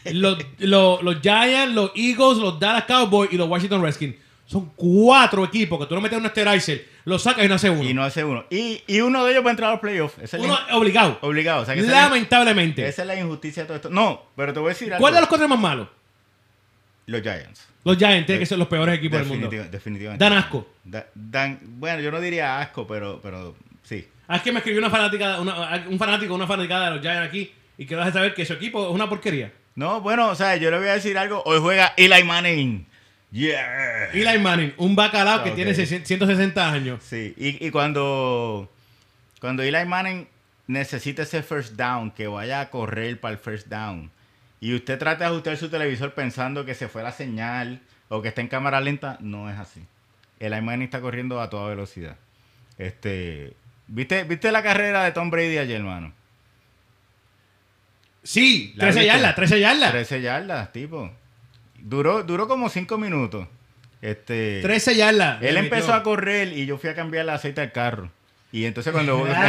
S2: Los, los- los Giants, los Eagles, los Dallas Cowboys y los Washington Redskins. Son cuatro equipos que tú no metes un Esterizer, lo sacas y no hace uno.
S1: Y no hace uno. Y, y uno de ellos va a entrar a los playoffs. Esa es la
S2: uno
S1: in-
S2: obligado.
S1: obligado. O sea, que esa es la-
S2: lamentablemente.
S1: Esa es la injusticia de todo esto. No, pero te voy a decir algo.
S2: ¿Cuál de los cuatro es más malo?
S1: Los Giants.
S2: Los Giants tienen que ser los peores equipos del mundo.
S1: Definitiva- definitivamente.
S2: Dan asco.
S1: Da- dan- bueno, yo no diría asco, pero, pero sí.
S2: Ah, Es que me escribió una fanática, una- un fanático, una fanática de los Giants aquí y quiero dejar saber que su equipo es una porquería.
S1: No, bueno, o sea, yo le voy a decir algo. Hoy juega Eli Manning. Yeah.
S2: Eli Manning, un bacalao que
S1: Ok.
S2: tiene 600 160 años.
S1: Sí, y, y cuando, cuando Eli Manning necesita ese first down, que vaya a correr para el first down, y usted trata de ajustar su televisor pensando que se fue la señal o que está en cámara lenta, no es así. Eli Manning está corriendo a toda velocidad. Este, ¿viste, ¿Viste la carrera de Tom Brady ayer, hermano?
S2: Sí,
S1: La
S2: 13
S1: viste.
S2: yardas, 13 yardas.
S1: 13 yardas, tipo. Duró, duró como 5 minutos. Este,
S2: 13 yardas.
S1: Él
S2: Le
S1: empezó
S2: metió.
S1: a correr y yo fui a cambiar el aceite al carro. Y entonces cuando terminé,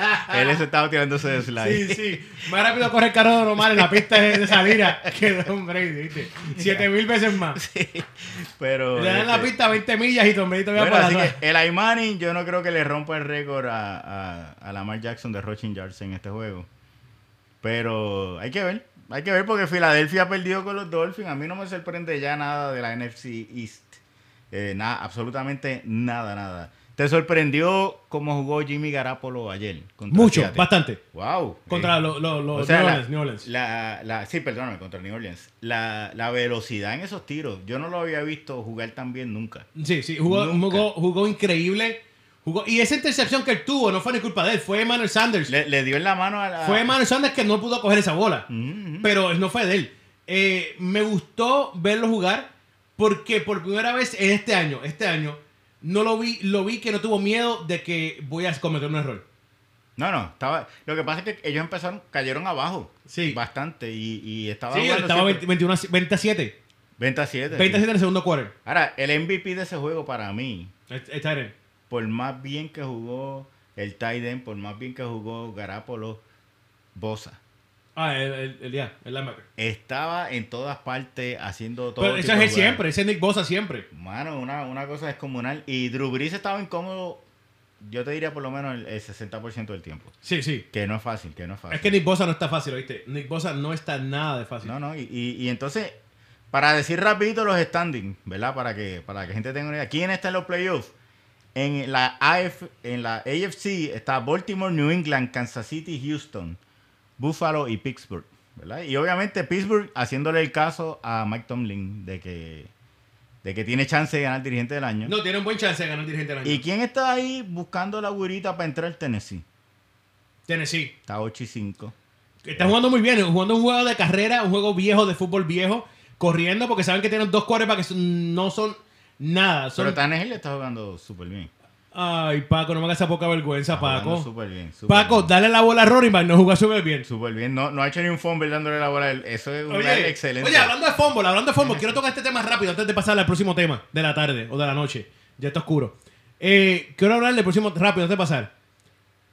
S2: Ah.
S1: él se estaba tirándose de slide.
S2: Sí, sí. Más rápido corre el carro de normal en la pista de, de salida que Don Brady, ¿viste? 7000 veces más.
S1: Pero.
S2: Le dan la
S1: este,
S2: pista 20 millas y Tom Brady todavía
S1: bueno,
S2: para
S1: así
S2: atrás.
S1: que el Aymanin yo no creo que le rompa el récord a, a, a Lamar Jackson de Rushing Yards en este juego. Pero hay que ver. Hay que ver porque Filadelfia ha perdido con los Dolphins. A mí no me sorprende ya nada de la NFC East. Eh, nada, absolutamente nada, nada. ¿Te sorprendió cómo jugó Jimmy Garapolo ayer? contra
S2: Mucho,
S1: Seattle?
S2: bastante.
S1: Wow.
S2: Contra
S1: Eh,
S2: los los- los
S1: o sea,
S2: New
S1: la-
S2: Orleans. New Orleans.
S1: la- la- sí, perdóname, contra New Orleans. La, la velocidad en esos tiros, yo no lo había visto jugar tan bien nunca.
S2: Sí, sí, jugó,
S1: Nunca.
S2: jugó, jugó increíble. Jugó, y esa intercepción que él tuvo no fue ni culpa de él, fue Emmanuel Sanders.
S1: Le, le dio en la mano a la...
S2: fue Emmanuel Sanders que no pudo coger esa bola.
S1: Mm, mm.
S2: Pero no fue de él. Eh, me gustó verlo jugar porque por primera vez en este año, este año, no lo vi, lo vi que no tuvo miedo de que voy a cometer un error.
S1: No, no, estaba... Lo que pasa es que ellos empezaron, cayeron abajo.
S2: Sí.
S1: Bastante. Y, y estaba...
S2: Sí, él
S1: jugando
S2: estaba
S1: siempre-
S2: 21 a- 27.
S1: 27. sí.
S2: 27 en el segundo quarter.
S1: Ahora, el MVP de ese juego para mí,
S2: Eh, eh, Tyron.
S1: por más bien que jugó el Tyden, por más bien que jugó Garapolo, Bosa.
S2: Ah, el, el, el, ya, el linebacker.
S1: Estaba en todas partes haciendo todo
S2: Pero ese
S1: tipo
S2: es
S1: de
S2: él
S1: jugadas.
S2: siempre, ese es Nick Bosa siempre.
S1: Mano, una, una cosa descomunal. Y Drew Brees estaba incómodo, yo te diría por lo menos el, el 60% del tiempo.
S2: Sí, sí.
S1: Que no es fácil, que no es fácil.
S2: Es que Nick Bosa no está fácil, ¿oíste? Nick Bosa no está nada de fácil.
S1: No, no, y, y- y entonces, para decir rapidito los standings, ¿verdad? Para que para que la gente tenga una idea. ¿Quién está en los playoffs? En la, AF, en la AFC está Baltimore, New England, Kansas City, Houston, Buffalo y Pittsburgh, ¿verdad? Y obviamente Pittsburgh haciéndole el caso a Mike Tomlin de que, de que tiene chance de ganar dirigente del año.
S2: No, tiene un buen chance de ganar dirigente del año.
S1: ¿Y quién está ahí buscando la güerita para entrar al Tennessee?
S2: Tennessee.
S1: Está 8 y 5.
S2: Está jugando muy bien, jugando un juego de carrera, un juego viejo de fútbol viejo, corriendo porque saben que tienen dos para que son- no son nada. son-
S1: Pero Tannehill está jugando súper bien.
S2: Ay, Paco, no me hagas esa poca vergüenza,
S1: Está jugando
S2: Paco.
S1: Súper bien. súper
S2: Paco,
S1: bien.
S2: dale la bola a Rory para no jugar súper bien.
S1: Súper bien. No, no ha hecho ni un fumble dándole la bola. a él. Eso es un excelente.
S2: oye, hablando de fútbol, hablando de fútbol, quiero tocar este tema rápido antes de pasar al próximo tema de la tarde o de la noche. Ya está oscuro. Eh, quiero hablar del próximo rápido antes de pasar.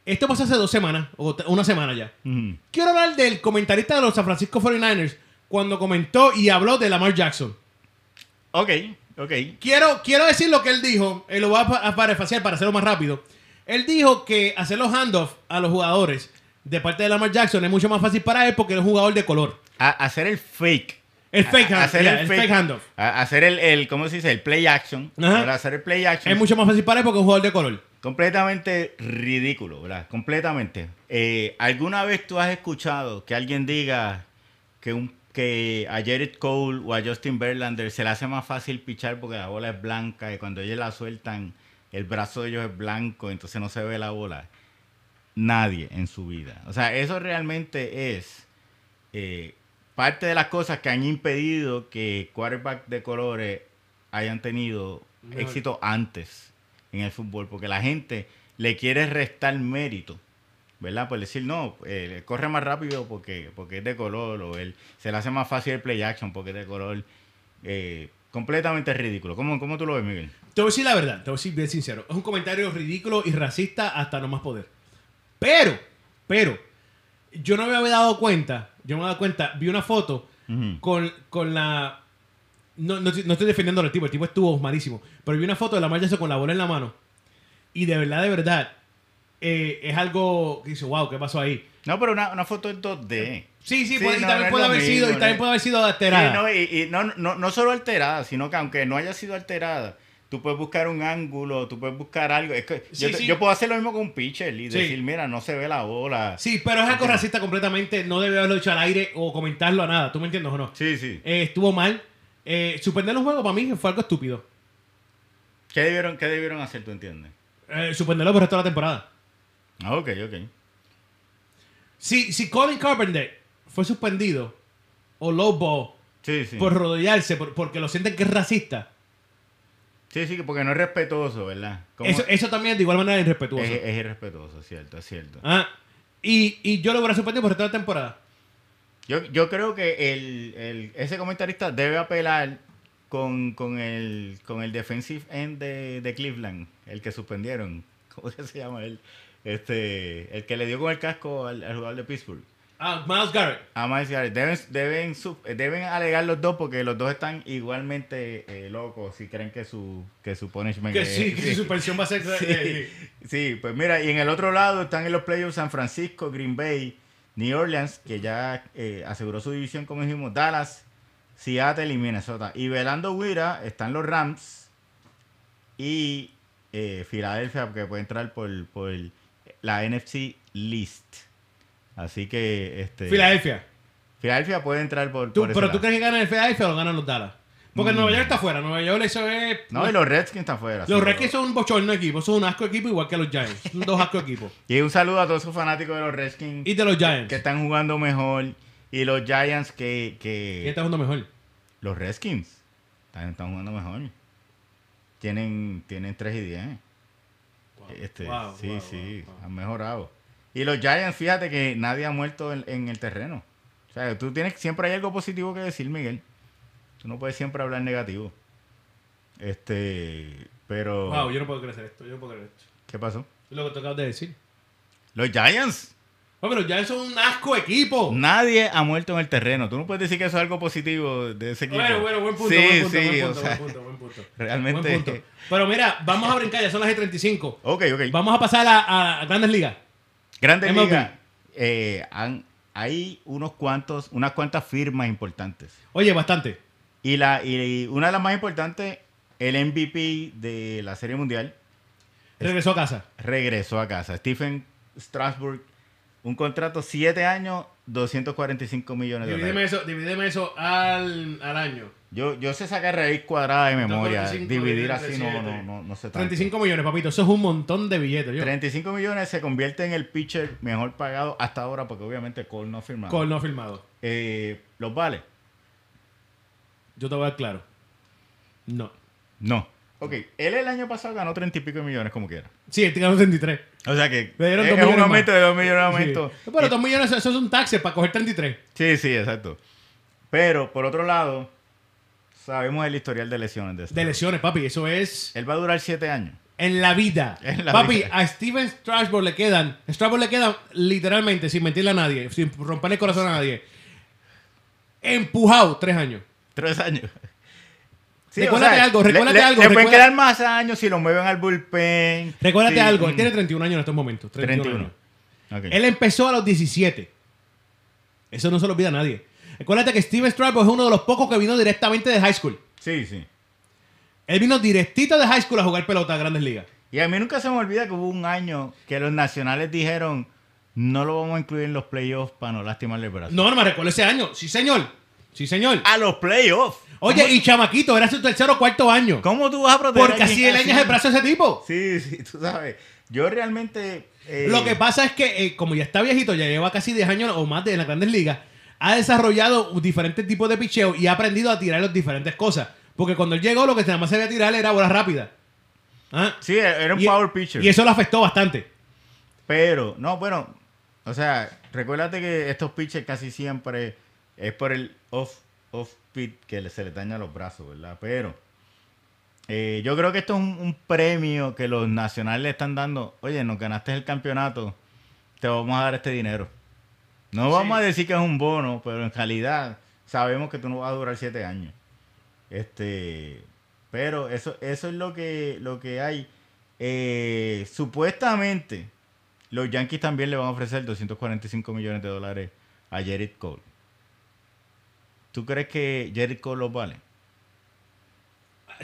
S2: Esto pasó hace dos semanas, o te- una semana ya.
S1: Ujú.
S2: Quiero hablar del comentarista de los San Francisco 49ers cuando comentó y habló de Lamar Jackson.
S1: Ok, ok.
S2: Quiero, quiero decir lo que él dijo. Él lo va a pa- a parafasear para hacerlo más rápido. Él dijo que hacer los handoffs a los jugadores de parte de Lamar Jackson es mucho más fácil para él porque él es un jugador de color.
S1: A- hacer el fake.
S2: El
S1: A-
S2: fake hand-
S1: hacer
S2: yeah, el fake handoff.
S1: A- hacer el, el- ¿cómo se dice? El play action.
S2: Ajá.
S1: Para hacer el play action.
S2: Es mucho más fácil para él porque es un jugador de color.
S1: Completamente ridículo, ¿verdad? Completamente. Eh, ¿Alguna vez tú has escuchado que alguien diga que, un, que a Jared Cole o a Justin Verlander se le hace más fácil pichar porque la bola es blanca y cuando ellos la sueltan, el brazo de ellos es blanco, entonces no se ve la bola? Nadie en su vida. O sea, eso realmente es eh, parte de las cosas que han impedido que quarterback de colores hayan tenido
S2: Mejor.
S1: éxito antes en el fútbol, porque la gente le quiere restar mérito, ¿verdad? Por decir, no, él corre más rápido porque, porque es de color, o él se le hace más fácil el play action porque es de color. Eh, completamente ridículo. ¿Cómo, ¿Cómo tú lo ves, Miguel?
S2: Te voy a decir la verdad, te voy a decir bien sincero. Es un comentario ridículo y racista hasta no más poder. Pero, pero, yo no me había dado cuenta, yo no me había dado cuenta, vi una foto
S1: Ujú.
S2: con, con la... No, no estoy- no estoy defendiendo al tipo, el tipo estuvo malísimo. Pero vi una foto de la marcha con la bola en la mano. Y de verdad, de verdad, eh, es algo que dice, wow, ¿qué pasó ahí?
S1: No, pero una, una foto en 2D.
S2: Sí, sí,
S1: Sí,
S2: puede- y
S1: no, no
S2: también
S1: es
S2: puede
S1: lo
S2: haber
S1: mismo,
S2: sido, y
S1: no
S2: también
S1: es-
S2: puede haber sido alterada.
S1: Sí, no, y, y no, no, no solo alterada, sino que aunque no haya sido alterada, tú puedes buscar un ángulo, tú puedes buscar algo. Es que
S2: Sí,
S1: yo, te-
S2: sí.
S1: yo puedo hacer lo mismo con un pitcher y
S2: Sí.
S1: decir, mira, no se ve la bola.
S2: Sí, pero es algo racista completamente, no debe haberlo hecho al aire o comentarlo a nada, ¿tú me entiendes o no?
S1: sí. sí.
S2: Eh, estuvo mal. Eh, suspender los juegos para mí fue algo estúpido.
S1: ¿Qué, debieron, ¿Qué debieron hacer, tú entiendes?
S2: Eh, suspenderlo por el resto de la temporada.
S1: Ah, ok, ok.
S2: Si, si Colin Carpenter fue suspendido o Lobo
S1: Sí, sí.
S2: por rodearse por- porque lo sienten que es racista,
S1: Sí, sí, porque no es respetuoso, ¿verdad? Como-
S2: eso, eso también es de igual manera irrespetuoso.
S1: es, es irrespetuoso, cierto, es cierto.
S2: Ah, y, y yo lo hubiera suspendido por el resto de la temporada.
S1: Yo, yo creo que el, el- ese comentarista debe apelar con, con, el, con el defensive end de, de Cleveland, el que suspendieron. ¿Cómo que se llama él? Este, el que le dio con el casco al, al jugador de Pittsburgh.
S2: Ah, Miles Garrett.
S1: A Miles Garrett. Deben, deben, su- deben alegar los dos porque los dos están igualmente eh, locos si creen que su, que su punishment
S2: Que
S1: es-
S2: sí, que su suspensión va a ser.
S1: Eh, Sí,
S2: eh,
S1: sí, pues mira, y en el otro lado están en los playoffs San Francisco, Green Bay, New Orleans, que ya eh, aseguró su división, como dijimos, Dallas, Seattle y Minnesota. Y velando Guira están los Rams y eh, Filadelfia, que puede entrar por, por la NFC List. Así que este
S2: eh, Filadelfia.
S1: Filadelfia puede entrar por,
S2: Tú-
S1: por ese
S2: pero
S1: lado.
S2: tú crees que ganan el Filadelfia o lo ganan los Dallas. Porque
S1: Mm.
S2: Nueva York está afuera. Nueva York eso es.
S1: No, y los Redskins están fuera.
S2: Los
S1: sí,
S2: Redskins son un bochorno equipo, son un asco equipo igual que los Giants. Son dos asco equipos.
S1: Y un saludo a todos esos fanáticos de los Redskins.
S2: Y de los Giants.
S1: que están jugando mejor y los Giants que, que-
S2: ¿Quién está jugando este mejor?
S1: los Redskins están, están jugando mejor. Tienen tienen 3 y 10. Este,
S2: wow,
S1: sí,
S2: wow,
S1: sí,
S2: wow,
S1: han mejorado. Y los Giants, fíjate que nadie ha muerto en, en el terreno. O sea, tú tienes siempre hay algo positivo que decir, Miguel. Tú no puedes siempre hablar negativo. Este, pero
S2: Wow, yo no puedo creer esto, yo no puedo creer esto.
S1: ¿qué pasó?
S2: Es lo que tú acabas de decir.
S1: Los Giants.
S2: Hombre, los Giants son un asco equipo.
S1: Nadie ha muerto en el terreno. Tú no puedes decir que eso es algo positivo de ese equipo.
S2: Bueno, bueno, buen punto,
S1: Sí,
S2: buen punto,
S1: sí,
S2: buen
S1: o
S2: punto,
S1: sea,
S2: buen punto, buen punto.
S1: realmente-
S2: Buen punto. Pero mira, vamos a brincar, ya son las 35
S1: Ok, ok.
S2: Vamos a pasar a, a Grandes Ligas.
S1: Grandes
S2: MLB.
S1: Ligas, eh, han- hay unos cuantos, unas cuantas firmas importantes.
S2: Oye, bastante.
S1: Y, la, y una de las más importantes, el MVP de la Serie Mundial,
S2: Regresó a casa.
S1: regresó a casa. Stephen Strasburg, un contrato 7 años, 245 millones de
S2: Divídeme
S1: dólares.
S2: eso, divídeme eso al, al año.
S1: Yo, yo sé sacar raíz cuadrada de memoria.
S2: 245
S1: Dividir
S2: entre
S1: así no,
S2: siete.
S1: no, no, no sé tanto.
S2: 35 millones, papito. Eso es un montón de billetes. Yo,
S1: 35 millones se convierte en el pitcher mejor pagado hasta ahora, porque obviamente Cole no ha firmado.
S2: Cole no firmado.
S1: Eh, ¿Los vale?
S2: Yo te voy a dar claro. No.
S1: No. Ok, él el año pasado ganó 30 y pico millones como quiera.
S2: Sí, este ganó 33.
S1: O sea que
S2: Le dieron
S1: es,
S2: dos
S1: es un
S2: millones
S1: aumento
S2: más.
S1: de 2 millones de aumento.
S2: Sí. Pero 2 millones, eso es un taxi para coger 33.
S1: Sí, sí, exacto. Pero por otro lado, sabemos el historial de lesiones de,
S2: De
S1: Strasburg.
S2: lesiones, papi. Eso es
S1: Él va a durar 7 años.
S2: en la vida.
S1: En la
S2: papi,
S1: vida.
S2: a Steven Strasburg le quedan, Strasburg le quedan literalmente, sin mentirle a nadie, sin romperle el corazón a nadie, empujado 3 años.
S1: 3 años.
S2: Recuérdate algo,
S1: le-
S2: recuérdate
S1: le-
S2: algo,
S1: Le pueden
S2: recuerda-
S1: quedar más años si lo mueven al bullpen.
S2: Recuérdate
S1: Sí,
S2: algo,
S1: mm,
S2: él tiene 31 años en estos momentos. 31.
S1: 31.
S2: años.
S1: Ok.
S2: Él empezó a los 17. Eso no se lo olvida a nadie. Recuérdate que Steven Strasburg es uno de los pocos que vino directamente de high school.
S1: Sí, sí.
S2: Él vino directito de high school a jugar pelota a grandes ligas.
S1: Y a mí nunca se me olvida que hubo un año que los nacionales dijeron no lo vamos a incluir en los playoffs para no lastimarle el brazo.
S2: No, no me recuerdo ese año. Sí, señor. Sí, señor.
S1: A los playoffs.
S2: Oye, y chamaquito, era su tercer o cuarto año.
S1: ¿Cómo tú vas a proteger
S2: Porque
S1: a alguien
S2: así le añas el brazo a ese tipo.
S1: Sí, sí, tú sabes. Yo realmente. eh,
S2: Lo que pasa es que, eh, como ya está viejito, ya lleva casi 10 años o más de, en las grandes ligas, ha desarrollado diferentes tipos de picheo y ha aprendido a tirar las diferentes cosas. Porque cuando él llegó, lo que nada más se veía tirar era bolas rápidas. ¿Ah?
S1: Sí, era un
S2: Y-
S1: power pitcher.
S2: Y eso lo afectó bastante.
S1: Pero, no, bueno, o sea, recuérdate que estos pitchers casi siempre es por el off, off pit que le- se le dañan los brazos, ¿verdad? Pero eh, yo creo que esto es un, un premio que los nacionales le están dando. Oye, nos ganaste el campeonato, te vamos a dar este dinero. No vamos a decir que es un bono, pero en realidad sabemos que tú no vas a durar siete años. Este, pero eso, eso es lo que, lo que hay. Eh, supuestamente, los Yankees también le van a ofrecer 245 millones de dólares a Jared Cole. ¿Tú crees que Jared Cole los vale?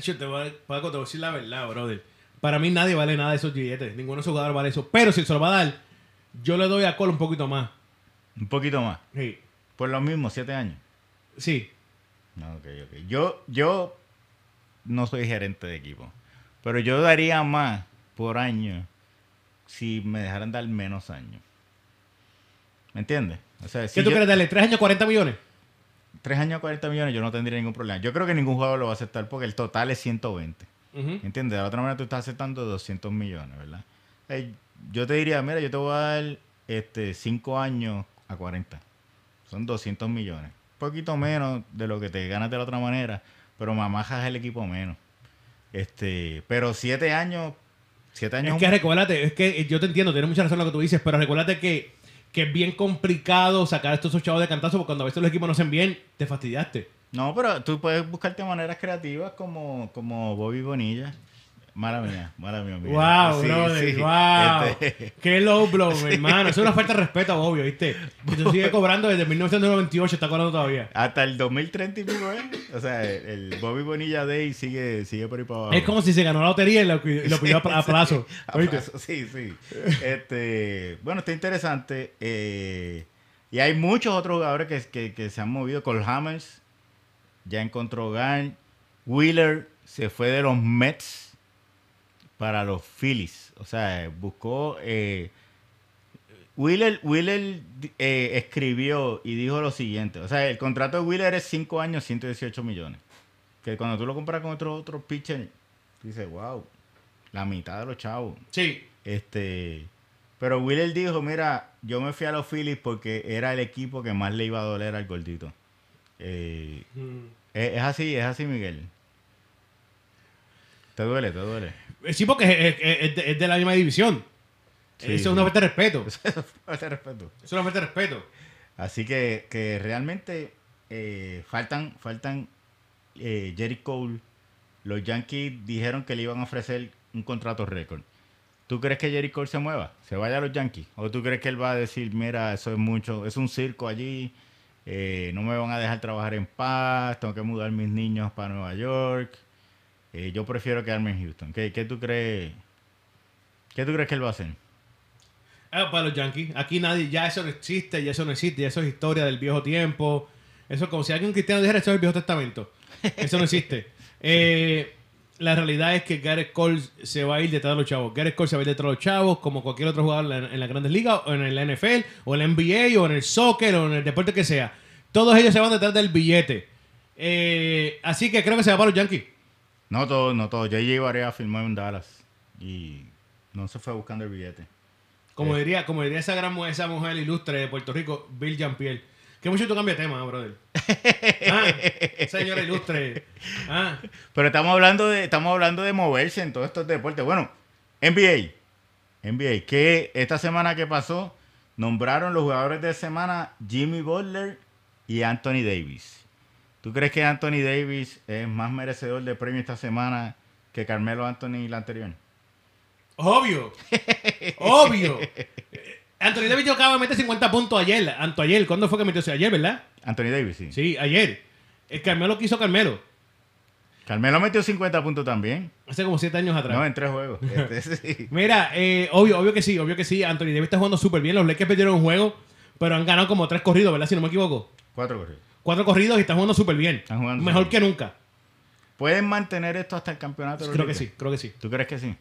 S2: Yo te voy, a, Paco, te voy a decir la verdad, brother. Para mí nadie vale nada de esos billetes. Ninguno de esos jugadores vale eso. Pero si se lo va a dar, yo le doy a Cole un poquito más.
S1: Un poquito más.
S2: Sí.
S1: Por lo mismo, siete años.
S2: Sí.
S1: No, ok, ok. Yo, yo no soy gerente de equipo. Pero yo daría más por año si me dejaran dar menos años. ¿Me entiendes? O sea, si
S2: ¿Qué tú
S1: yo-
S2: quieres darle? ¿Tres años, 40 millones?
S1: tres años 40 millones yo no tendría ningún problema. Yo creo que ningún jugador lo va a aceptar porque el total es 120.
S2: Ujú.
S1: ¿Entiendes? De la otra manera tú estás aceptando 200 millones, ¿verdad? Eh, yo te diría, mira, yo te voy a dar este 5 años a 40. Son 200 millones. Un poquito menos de lo que te ganas de la otra manera, pero mamajas el equipo menos. Este, pero 7 años, 7 años
S2: Es
S1: es
S2: que
S1: un-
S2: recuérdate, es que eh, yo te entiendo, tienes mucha razón lo que tú dices, pero recuérdate que, que es bien complicado sacar a estos chavos de cantazo porque cuando a veces los equipos no hacen bien, te fastidiaste.
S1: No, pero tú puedes buscarte maneras creativas como, como Bobby Bonilla. Mala mía, mala mía. mira.
S2: wow,
S1: Sí,
S2: brother,
S1: sí.
S2: wow.
S1: Este,
S2: Qué low blow, hermano. Eso es una falta de respeto, obvio, ¿viste? Que tú sigues cobrando desde 1998, está cobrando todavía.
S1: hasta el 2030 y pico, ¿eh? O sea, el, el Bobby Bonilla Day sigue, sigue por ahí para abajo.
S2: Es como si se ganó la lotería y lo, y lo pidió a, pla- a plazo.
S1: A
S2: ¿oíste?
S1: plazo, sí, sí. Este, bueno, está interesante. eh, y hay muchos otros jugadores que, que- que se han movido. Cole Hammers ya encontró GAN. Wheeler se fue de los Mets para los Phillies. O sea, eh, buscó. eh, Wheeler, Wheeler eh, escribió y dijo lo siguiente. O sea, el contrato de Wheeler es 5 años, 118 millones. Que cuando tú lo compras con otros otros pitchers, dices, wow, la mitad de los chavos.
S2: Sí.
S1: Este, pero Wheeler dijo, mira, yo me fui a los Phillies porque era el equipo que más le iba a doler al gordito. Eh,
S2: Mm.
S1: es, es así, es así, Miguel. Te duele, te duele.
S2: Eh, Sí, porque es, es- es de, es de la misma división.
S1: Sí,
S2: Eso es una
S1: sí.
S2: falta de respeto. Eso
S1: Te respeto.
S2: es una falta de respeto.
S1: Así que, que realmente eh, faltan, faltan eh, Jerry Cole. Los Yankees dijeron que le iban a ofrecer un contrato récord. ¿Tú crees que Jerry Cole se mueva? ¿Se vaya a los Yankees? ¿O tú crees que él va a decir, mira, eso es mucho, es un circo allí, eh, no me van a dejar trabajar en paz, tengo que mudar mis niños para Nueva York, eh, yo prefiero quedarme en Houston? ¿Qué, qué tú crees? ¿Qué tú crees que él va a hacer?
S2: Ah, para los Yankees. Aquí nadie, ya eso no existe, ya eso no existe, ya eso es historia del viejo tiempo. Eso es como si alguien cristiano dijera, eso es el viejo testamento. Eso no existe. Eh, la realidad es que Gareth Cole se va a ir detrás de los chavos. Gareth Cole se va a ir detrás de los chavos, como cualquier otro jugador en, la- en las grandes ligas, o en la NFL, o en la NBA, o en el soccer, o en el deporte que sea. Todos ellos se van detrás del billete. Eh, así que creo que se va para los Yankees.
S1: No todo, no todo. J.J. Barea firmó en Dallas y no se fue buscando el billete.
S2: Como
S1: Eh.
S2: diría, como diría esa gran mujer, esa mujer ilustre de Puerto Rico, Bill Jean-Pierre. Que mucho tú cambias de tema, ¿eh, brother. Ah, señora ilustre. Ah,
S1: Pero estamos hablando de, estamos hablando de moverse en todos estos deportes. Bueno, NBA. NBA, que esta semana que pasó, nombraron los jugadores de semana Jimmy Butler y Anthony Davis. ¿Tú crees que Anthony Davis es más merecedor de premio esta semana que Carmelo Anthony la anterior?
S2: obvio. Obvio. Eh, Anthony Davis yo acaba de meter 50 puntos ayer. Anto ayer, ¿cuándo fue que metió? O sea, Ayer, ¿verdad?
S1: Anthony Davis, sí.
S2: Sí, ayer. El Carmelo quiso Carmelo.
S1: Carmelo metió 50 puntos también.
S2: Hace como 7 años atrás.
S1: No, en tres juegos. Este, sí.
S2: Mira, eh, obvio, obvio que sí, obvio que sí. Anthony Davis está jugando súper bien. Los Lakers perdieron un juego, pero han ganado como tres corridos, ¿verdad? Si no me equivoco.
S1: Cuatro corridos.
S2: Cuatro corridos y están jugando súper bien.
S1: Están jugando
S2: Mejor
S1: súper
S2: que nunca.
S1: ¿Pueden mantener esto hasta el campeonato? de los
S2: Creo que
S1: Lakers?
S2: sí, creo que sí.
S1: ¿Tú crees que sí?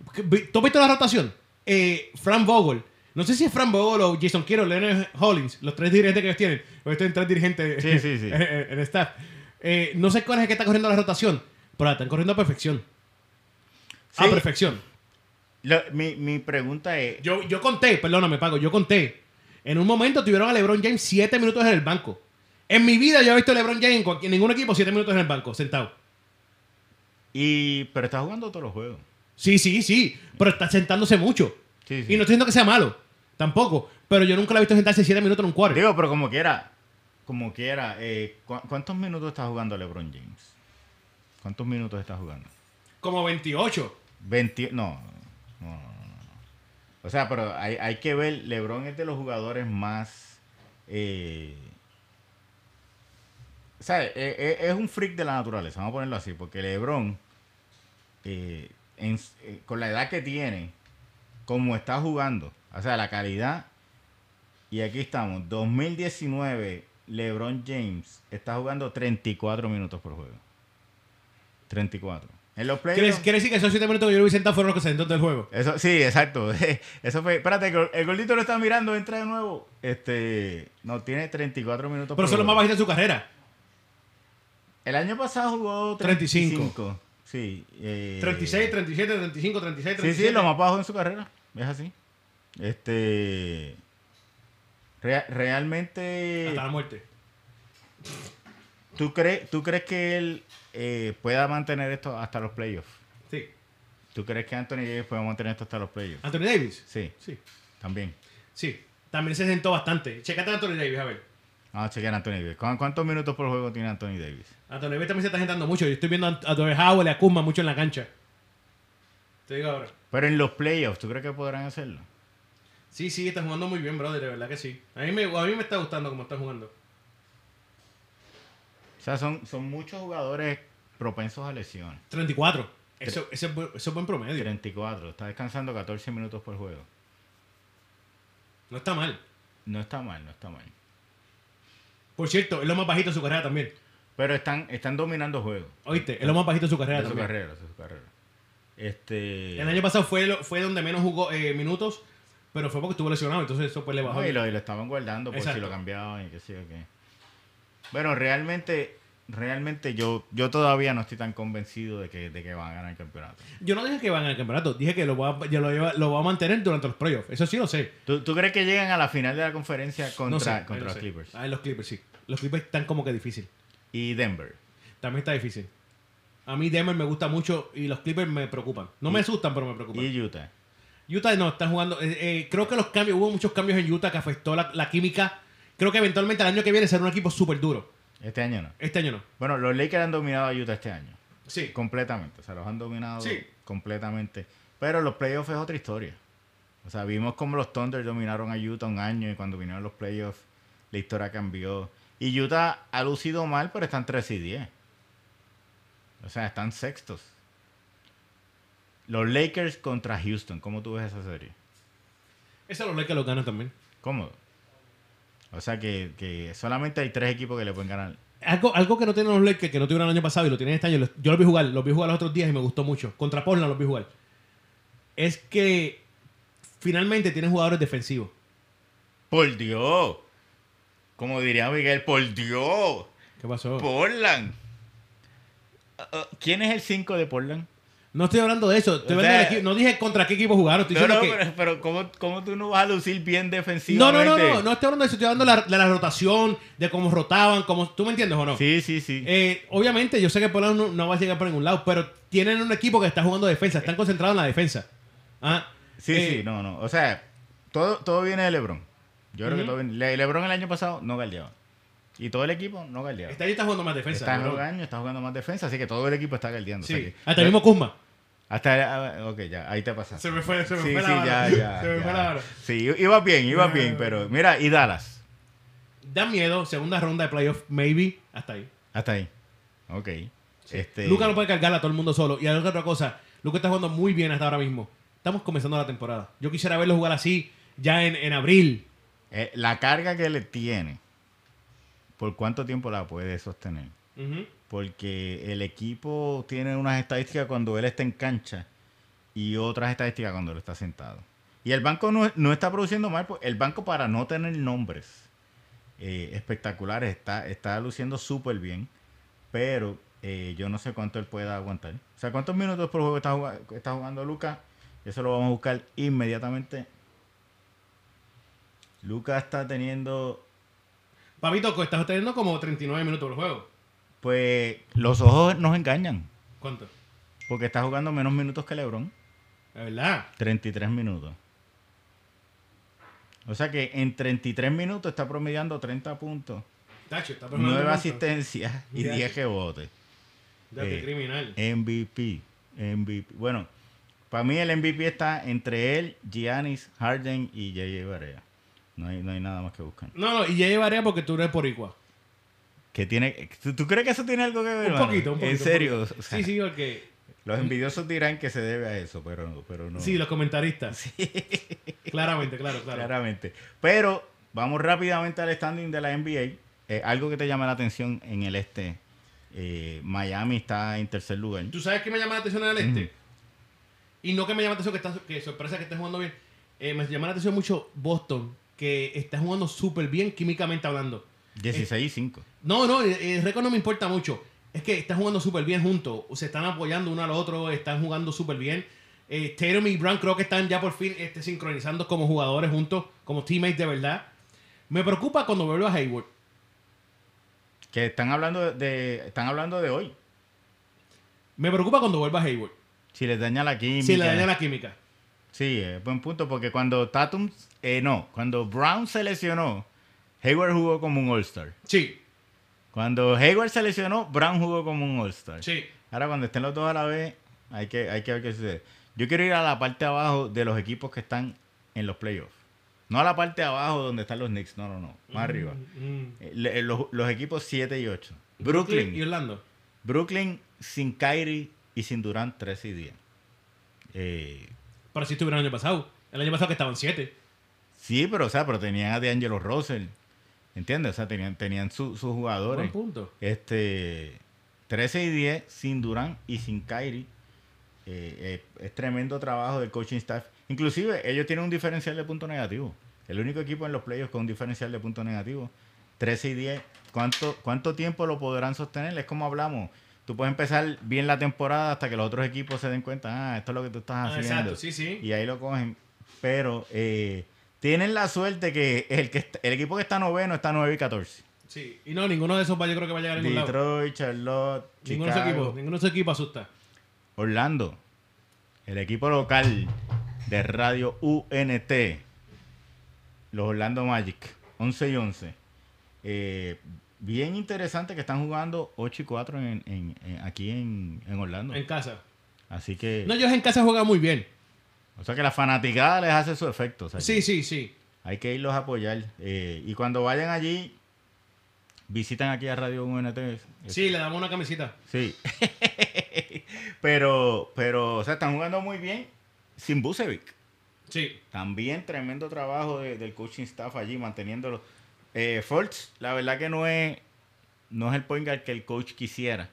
S2: ¿Tú has visto la rotación? Eh, Fran Vogel. No sé si es Fran Vogel o Jason Kidd o Leonard Hollins, los tres dirigentes que ellos tienen. O estos tres dirigentes
S1: Sí, sí, sí.
S2: en el staff. Eh, no sé cuál es el que está corriendo la rotación, pero la están corriendo a perfección. A Ah,
S1: Sí.
S2: perfección.
S1: Lo- mi, mi pregunta es...
S2: Yo, yo conté, perdóname, Paco, yo conté. En un momento tuvieron a LeBron James siete minutos en el banco. En mi vida yo he visto a LeBron James en, cualquier- ningún equipo siete minutos en el banco, sentado.
S1: Y, pero está jugando todos los juegos.
S2: Sí, sí, sí, pero está sentándose mucho.
S1: Sí, sí.
S2: Y no estoy diciendo que sea malo, tampoco. Pero yo nunca lo he visto sentarse siete minutos en un cuarto.
S1: Digo, pero como quiera, como quiera, eh, ¿cu- ¿cuántos minutos está jugando LeBron James? ¿Cuántos minutos está jugando?
S2: Como 28.
S1: 20, no, no, no, no, no. O sea, pero hay, hay que ver, LeBron es de los jugadores más... eh, o sea, eh, eh, es un freak de la naturaleza, vamos a ponerlo así, porque LeBron, eh, en- eh, con la edad que tiene, como está jugando, o sea, la calidad, y aquí estamos, 2019, LeBron James está jugando 34 minutos por juego. 34. En los
S2: Quiere,
S1: playoffs...
S2: quiere decir que esos siete minutos que yo lo vi sentado fueron los que se sentó todo el juego.
S1: Eso, sí, exacto. Eso fue. Espérate, que el gordito lo está mirando, entra de nuevo. Este. No, tiene 34 minutos.
S2: Pero
S1: por
S2: son los más
S1: juego.
S2: bajitos de su carrera.
S1: El año pasado jugó
S2: 35.
S1: 35. Sí. eh,
S2: 36, 37, 35, 36,
S1: Sí,
S2: 37.
S1: sí, lo más bajo en su carrera. Es así. Este. rea- realmente.
S2: Hasta la muerte.
S1: ¿tú, crees, ¿Tú crees que él eh, pueda mantener esto hasta los playoffs?
S2: Sí.
S1: ¿Tú crees que Anthony Davis pueda mantener esto hasta los playoffs?
S2: Anthony Davis.
S1: Sí,
S2: Sí.
S1: también.
S2: Sí. También se sentó bastante. Checate a Anthony Davis, a ver.
S1: Vamos a chequear a Anthony Davis. ¿Cu- ¿Cuántos minutos por juego tiene Anthony Davis?
S2: Anthony Davis también se está sentando mucho. Yo estoy viendo a a Dwight Howard y a Kuzma mucho en la cancha. Te digo ahora.
S1: Pero en los playoffs, ¿tú crees que podrán hacerlo?
S2: Sí, sí, está jugando muy bien, brother. De verdad que sí. A mí me, a mí me está gustando cómo está jugando.
S1: O sea, son, son muchos jugadores propensos a lesiones.
S2: 34. Eso, ese es, bu- eso es buen promedio.
S1: 34, está descansando 14 minutos por juego.
S2: No está mal.
S1: No está mal, no está mal.
S2: Por cierto, es lo más bajito de su carrera también.
S1: Pero están, están dominando juegos.
S2: Oíste, es lo más bajito de su carrera
S1: De su
S2: también.
S1: carrera, de su carrera. Este.
S2: El año pasado fue, lo- fue donde menos jugó eh, minutos, pero fue porque estuvo lesionado, entonces eso pues le bajó.
S1: No, y lo, y lo estaban guardando por
S2: Exacto.
S1: si lo cambiaban y qué sé yo qué. Bueno, realmente, realmente yo, yo todavía no estoy tan convencido de que, de que van a ganar el campeonato.
S2: Yo no dije que van al campeonato, dije que lo va, a- yo lo, iba- lo va a mantener durante los playoffs. Eso sí lo sé.
S1: ¿Tú, tú crees que llegan a la final de la conferencia
S2: No sé,
S1: contra,
S2: ahí
S1: contra
S2: lo
S1: los
S2: sé.
S1: Clippers?
S2: Ah, los Clippers sí. Los Clippers están como que difícil.
S1: Y Denver.
S2: También está difícil. A mí Denver me gusta mucho y los Clippers me preocupan. No me asustan, pero me preocupan.
S1: Y Utah.
S2: Utah no, están jugando. eh, eh, creo que los cambios, hubo muchos cambios en Utah que afectó la, la química. Creo que eventualmente el año que viene será un equipo súper duro.
S1: Este año no.
S2: Este año no.
S1: Bueno, los Lakers han dominado a Utah este año.
S2: Sí.
S1: Completamente. O sea, los han dominado
S2: Sí.
S1: completamente. Pero los playoffs es otra historia. O sea, vimos cómo los Thunder dominaron a Utah un año y cuando vinieron los playoffs la historia cambió. Y Utah ha lucido mal, pero están 3 y 10. O sea, están sextos. Los Lakers contra Houston. ¿Cómo tú ves esa serie?
S2: Eso los Lakers los ganan también.
S1: Cómodo. O sea que, que solamente hay tres equipos que le pueden ganar.
S2: Algo, algo que no tienen los Lakers, que no tuvieron el año pasado y lo tienen este año, los- yo los vi jugar, los vi jugar los otros días y me gustó mucho. Contra Portland los vi jugar. Es que finalmente tienen jugadores defensivos.
S1: Por Dios. Como diría Miguel, por Dios.
S2: ¿Qué pasó?
S1: Portland. Uh, uh, ¿Quién es el 5 de Portland?
S2: No estoy hablando de eso. estoy
S1: O
S2: hablando del
S1: sea-
S2: equipo- no dije contra qué equipo jugaron. Estoy
S1: No, no,
S2: diciendo que...
S1: pero, pero ¿cómo, cómo tú no vas a lucir bien
S2: No, no,
S1: defensivamente?
S2: no, no, no estoy hablando de eso, estoy hablando de la, de la rotación, de cómo rotaban, cómo, ¿tú me entiendes o no?
S1: Sí, sí, sí.
S2: Eh, obviamente, yo sé que Portland no, no va a llegar por ningún lado, pero tienen un equipo que está jugando defensa, están concentrados en la defensa. Ah,
S1: sí,
S2: eh,
S1: sí, no, no. O sea, todo, todo viene de LeBron. Yo creo que
S2: Ujú.
S1: todo viene. Le- LeBron el año pasado no galdeaba. Y todo el equipo no galdeaba.
S2: Este año está jugando más defensa.
S1: Está en
S2: ¿no?
S1: los años, está jugando más defensa, así que todo el equipo está galdeando. o sea
S2: Sí.
S1: que-
S2: Hasta el mismo Kuzma.
S1: Hasta, ah, ok, ya, ahí te pasaste.
S2: Se me fue- se me
S1: sí,
S2: fue la
S1: sí,
S2: bala.
S1: ya, ya,
S2: Se me
S1: ya.
S2: fue la bala.
S1: Sí, iba bien, iba bien, pero mira, y Dallas.
S2: Da miedo, segunda ronda de playoff, maybe, hasta ahí.
S1: Hasta ahí. Ok. Este,
S2: Luca no puede cargarla a todo el mundo solo. Y además, otra cosa, Luca está jugando muy bien hasta ahora mismo. Estamos comenzando la temporada. Yo quisiera verlo jugar así ya en, en abril.
S1: eh, la carga que le tiene, ¿por cuánto tiempo la puede sostener? Porque el equipo tiene unas estadísticas cuando él está en cancha y otras estadísticas cuando él está sentado. Y el banco no, no está produciendo mal, pues, el banco para no tener nombres eh, espectaculares está, está luciendo súper bien, pero eh, yo no sé cuánto él pueda aguantar. O sea, ¿cuántos minutos por juego está, juga- está jugando Lucas? Eso lo vamos a buscar inmediatamente. Lucas está teniendo
S2: Papito, estás teniendo como 39 minutos por juego.
S1: Pues los ojos nos engañan.
S2: ¿Cuánto?
S1: Porque está jugando menos minutos que Lebron.
S2: La verdad.
S1: 33 minutos. O sea que en 33 minutos está promediando 30 puntos,
S2: Tacho, está
S1: 9
S2: puntos.
S1: asistencias y
S2: Ya.
S1: 10 rebotes.
S2: Ya, qué
S1: Eh,
S2: criminal.
S1: MVP. MVP. Bueno, para mí el MVP está entre él, Giannis, Harden y JJ Barea. No hay, no hay nada más que buscar.
S2: No, no, y ya llevaría porque tú eres boricua.
S1: ¿Qué tiene, ¿tú, tú crees que eso tiene algo que ver?
S2: Un
S1: mano?
S2: poquito, un poquito.
S1: En
S2: un
S1: serio.
S2: poquito.
S1: O sea,
S2: sí, sí, porque...
S1: Los envidiosos dirán que se debe a eso, pero, pero no.
S2: Sí, los comentaristas. Claramente, claro, claro.
S1: Claramente. Pero vamos rápidamente al standing de la NBA. Eh, algo que te llama la atención en el este. eh, Miami está en tercer lugar.
S2: ¿Tú sabes qué me llama la atención en el
S1: Mm.
S2: este? Y no que me llama la atención que, está, que sorpresa que esté jugando bien. Eh, me llama la atención mucho Boston, que está jugando súper bien químicamente hablando.
S1: 16 y 5.
S2: No, no, el, el récord no me importa mucho. Es que están jugando súper bien juntos. Se están apoyando uno al otro, están jugando súper bien. Eh, Tatum y Brown creo que están ya por fin este, sincronizando como jugadores juntos, como teammates de verdad. Me preocupa cuando vuelvo a Hayward.
S1: Que están hablando de, están hablando de hoy.
S2: Me preocupa cuando vuelva a Hayward.
S1: Si les daña la química.
S2: Si le daña la química.
S1: Sí, es buen punto. Porque cuando Tatum, eh, no, cuando Brown se lesionó, Hayward jugó como un All-Star.
S2: Sí,
S1: Cuando Hayward se lesionó, Brown jugó como un All-Star.
S2: sí.
S1: Ahora cuando estén los dos a la vez, hay que, hay que ver qué sucede. Yo quiero ir a la parte de abajo de los equipos que están en los playoffs. No a la parte de abajo donde están los Knicks, no, no, no. Más arriba.
S2: Mm.
S1: Eh, le- eh, los, los equipos 7 y 8. Brooklyn.
S2: Y Orlando.
S1: Brooklyn sin Kyrie y sin Durant 13 y 10. Eh,
S2: Pero si estuvieron el año pasado. El año pasado que estaban siete.
S1: sí, pero o sea, pero tenían a D'Angelo Russell. ¿Entiendes? O sea, tenían, tenían su- sus
S2: Buen
S1: jugadores.
S2: punto.
S1: Este 13 y 10 sin Durán y sin Kyrie. Eh, eh, es tremendo trabajo del coaching staff. Inclusive ellos tienen un diferencial de punto negativo. El único equipo en los playoffs con un diferencial de punto negativo. 13 y 10. ¿Cuánto, ¿Cuánto tiempo lo podrán sostener? Es como hablamos. Tú puedes empezar bien la temporada hasta que los otros equipos se den cuenta, ah, esto es lo que tú estás
S2: Ah,
S1: haciendo
S2: exacto, sí, sí.
S1: y ahí lo cogen. Pero eh, tienen la suerte que el, que est- el equipo que está noveno está 9 y 14.
S2: Sí. Y no, ninguno de esos va, yo creo que va a llegar a ningún lado.
S1: Detroit, Charlotte,
S2: Ninguno de esos
S1: Chicago,
S2: equipos, ninguno de esos equipos asusta.
S1: Orlando, el equipo local de Radio UNT, los Orlando Magic, 11 y 11. Eh, bien interesante que están jugando 8 y 4 en, en- en- aquí en, en Orlando.
S2: En casa.
S1: Así que,
S2: No, ellos en casa juegan muy bien.
S1: o sea que la fanaticada les hace su efecto. o sea que-
S2: Sí, sí, sí.
S1: Hay que irlos a apoyar. eh, y cuando vayan allí, visitan aquí a Radio UNT.
S2: Sí, le damos una camisita.
S1: Sí. pero, pero, o sea, están jugando muy bien sin Bucevic.
S2: Sí.
S1: También tremendo trabajo de- del coaching staff allí, manteniéndolo. Eh, Fultz, la verdad que no es, no es el point guard que el coach quisiera.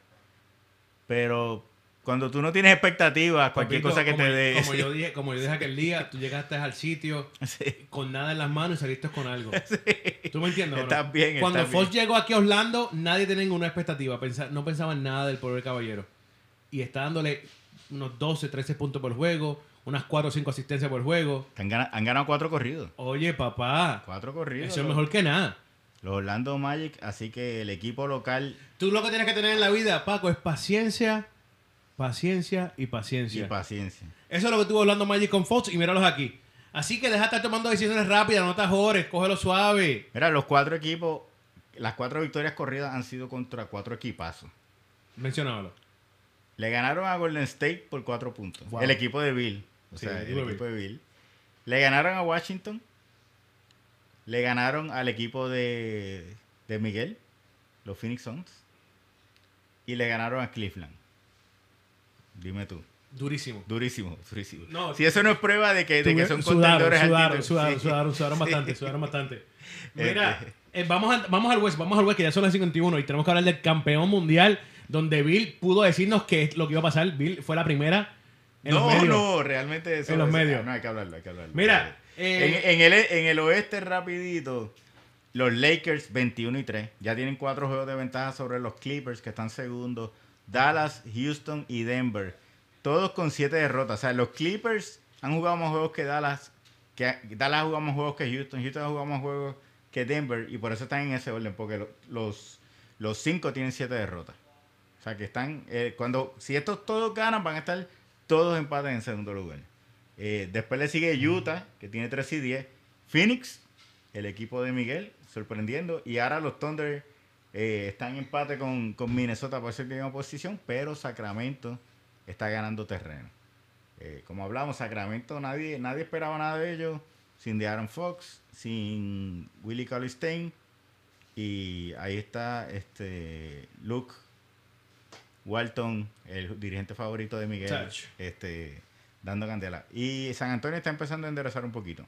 S1: Pero cuando tú no tienes expectativas, cualquier
S2: Papito,
S1: cosa que
S2: como-
S1: te dé...
S2: Como yo dije, como yo dije aquel día, tú llegaste al sitio
S1: Sí.
S2: con nada en las manos y saliste con algo. ¿Tú me entiendes? o no?
S1: Estás bien,
S2: Cuando
S1: estás
S2: Fox llegó aquí a Orlando, nadie tenía ninguna expectativa. Pensa- no pensaban nada del pobre caballero. Y está dándole unos 12, 13 puntos por juego, unas 4 o 5 asistencias por juego.
S1: Han gana- han ganado cuatro corridos.
S2: Oye, papá,
S1: Cuatro corridos.
S2: eso es
S1: loco.
S2: mejor que nada.
S1: Los Orlando Magic, así que el equipo local
S2: Tú lo que tienes que tener en la vida, Paco, es paciencia, paciencia y
S1: y
S2: paciencia.
S1: paciencia.
S2: Eso es lo que estuvo hablando Magic con Fox y míralos aquí. Así que deja de estar tomando decisiones rápidas, no te jores, cógelo suave.
S1: Mira, los cuatro equipos, las cuatro victorias corridas han sido contra cuatro equipazos.
S2: Mencionábalo.
S1: Le ganaron a Golden State por cuatro puntos.
S2: Wow.
S1: El equipo de Bill. O
S2: Sí,
S1: sea,
S2: el
S1: el
S2: equipo de
S1: equipo de Bill. Le ganaron a Washington. Le ganaron al equipo de, de Miguel, los Phoenix Suns. y le ganaron a Cleveland. Dime tú.
S2: Durísimo.
S1: Durísimo, durísimo.
S2: No.
S1: si eso no es prueba de que, de que son
S2: sudaron,
S1: contendores al
S2: sudaron,
S1: título.
S2: sudaron,
S1: Sí. Este.
S2: sudaron, sudaron bastante, sudaron bastante. Mira, eh, vamos, al- vamos al West, vamos al West, que ya son las 51 y tenemos que hablar del campeón mundial, donde Bill pudo decirnos qué es lo que iba a pasar. Bill fue la primera en los
S1: No,
S2: medios.
S1: no, realmente eso
S2: En los
S1: es- ah,
S2: medios.
S1: No, hay que hablarlo, hay que hablarlo.
S2: Mira, eh,
S1: en, en el, en el oeste rapidito, los Lakers 21 y 3. Ya tienen cuatro juegos de ventaja sobre los Clippers que están segundos. Dallas, Houston y Denver. Todos con siete derrotas. O sea, los Clippers han jugado más juegos que Dallas. Que Dallas ha jugado más juegos que Houston. Houston ha jugado más juegos que Denver. Y por eso están en ese orden. Porque lo- los, los cinco tienen siete derrotas. O sea, que están. eh, cuando Si estos todos ganan, van a estar todos empates en segundo lugar. Eh, después le sigue Utah, que tiene 3 y 10. Phoenix, el equipo de Miguel, sorprendiendo. Y ahora los Thunder eh, están en empate con, con Minnesota por ser misma posición, pero Sacramento está ganando terreno. Eh, como hablamos, Sacramento, nadie, nadie esperaba nada de ellos. Sin De'Aaron Fox, sin Willie Cauley Stein. Y ahí está este Luke Walton, el dirigente favorito de Miguel,
S2: Touch.
S1: este, dando candela. Y San Antonio está empezando a enderezar un poquito.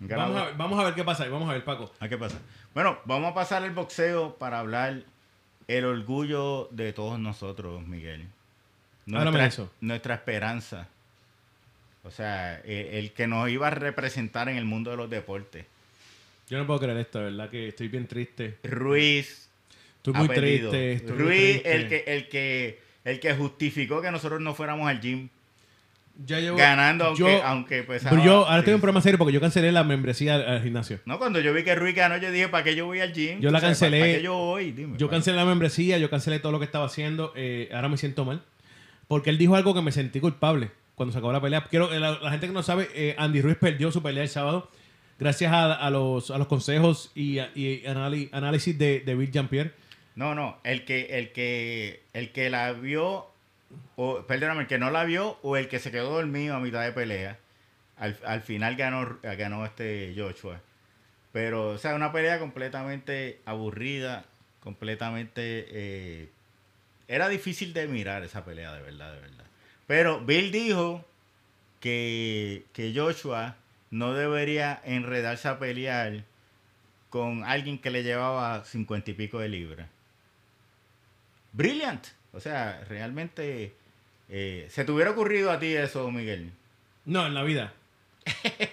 S1: Han ganado-
S2: vamos, a ver, vamos a ver qué pasa, vamos a ver, Paco.
S1: ¿A Ah, qué pasa? Bueno, vamos a pasar el boxeo para hablar el orgullo de todos nosotros, Miguel.
S2: Háblame de eso.
S1: nuestra esperanza. O sea, e- el, que nos iba a representar en el mundo de los deportes.
S2: Yo no puedo creer esto, de verdad que estoy bien triste.
S1: Ruiz.
S2: Estoy
S1: ha
S2: muy
S1: perdido.
S2: triste. Estoy muy
S1: Ruiz,
S2: triste.
S1: el que, el que, el que justificó que nosotros no fuéramos al gym
S2: Ya llevo-
S1: ganando, aunque,
S2: yo-
S1: aunque pues, pesaba.
S2: Pero yo ahora
S1: Sí,
S2: tengo un
S1: sí.
S2: problema serio porque yo cancelé la membresía al, al gimnasio.
S1: No, cuando yo vi que Ruiz ganó, yo dije, ¿para qué yo voy al gym?
S2: Yo la
S1: O sea, ¿pa-
S2: cancelé.
S1: ¿Para qué yo voy? Dime.
S2: Yo
S1: ¿para
S2: cancelé la membresía, yo cancelé todo lo que estaba haciendo. eh, ahora me siento mal. Porque él dijo algo que me sentí culpable cuando se acabó la pelea. Quiero, eh, la, la gente que no sabe, eh, Andy Ruiz perdió su pelea el sábado gracias a, a los, a los consejos y, a- y anali- análisis de, de Bill Jean-Pierre.
S1: No, no, el que, el que, el que la vio, o perdóname, el que no la vio, o el que se quedó dormido a mitad de pelea, al, al final ganó, ganó este Joshua. Pero, o sea, una pelea completamente aburrida, completamente eh, era difícil de mirar esa pelea, de verdad, de verdad. Pero Bill dijo que, que Joshua no debería enredarse a pelear con alguien que le llevaba cincuenta y pico de libras. Brilliant. O sea, realmente eh, se te hubiera ocurrido a ti eso, Miguel.
S2: No, en la vida.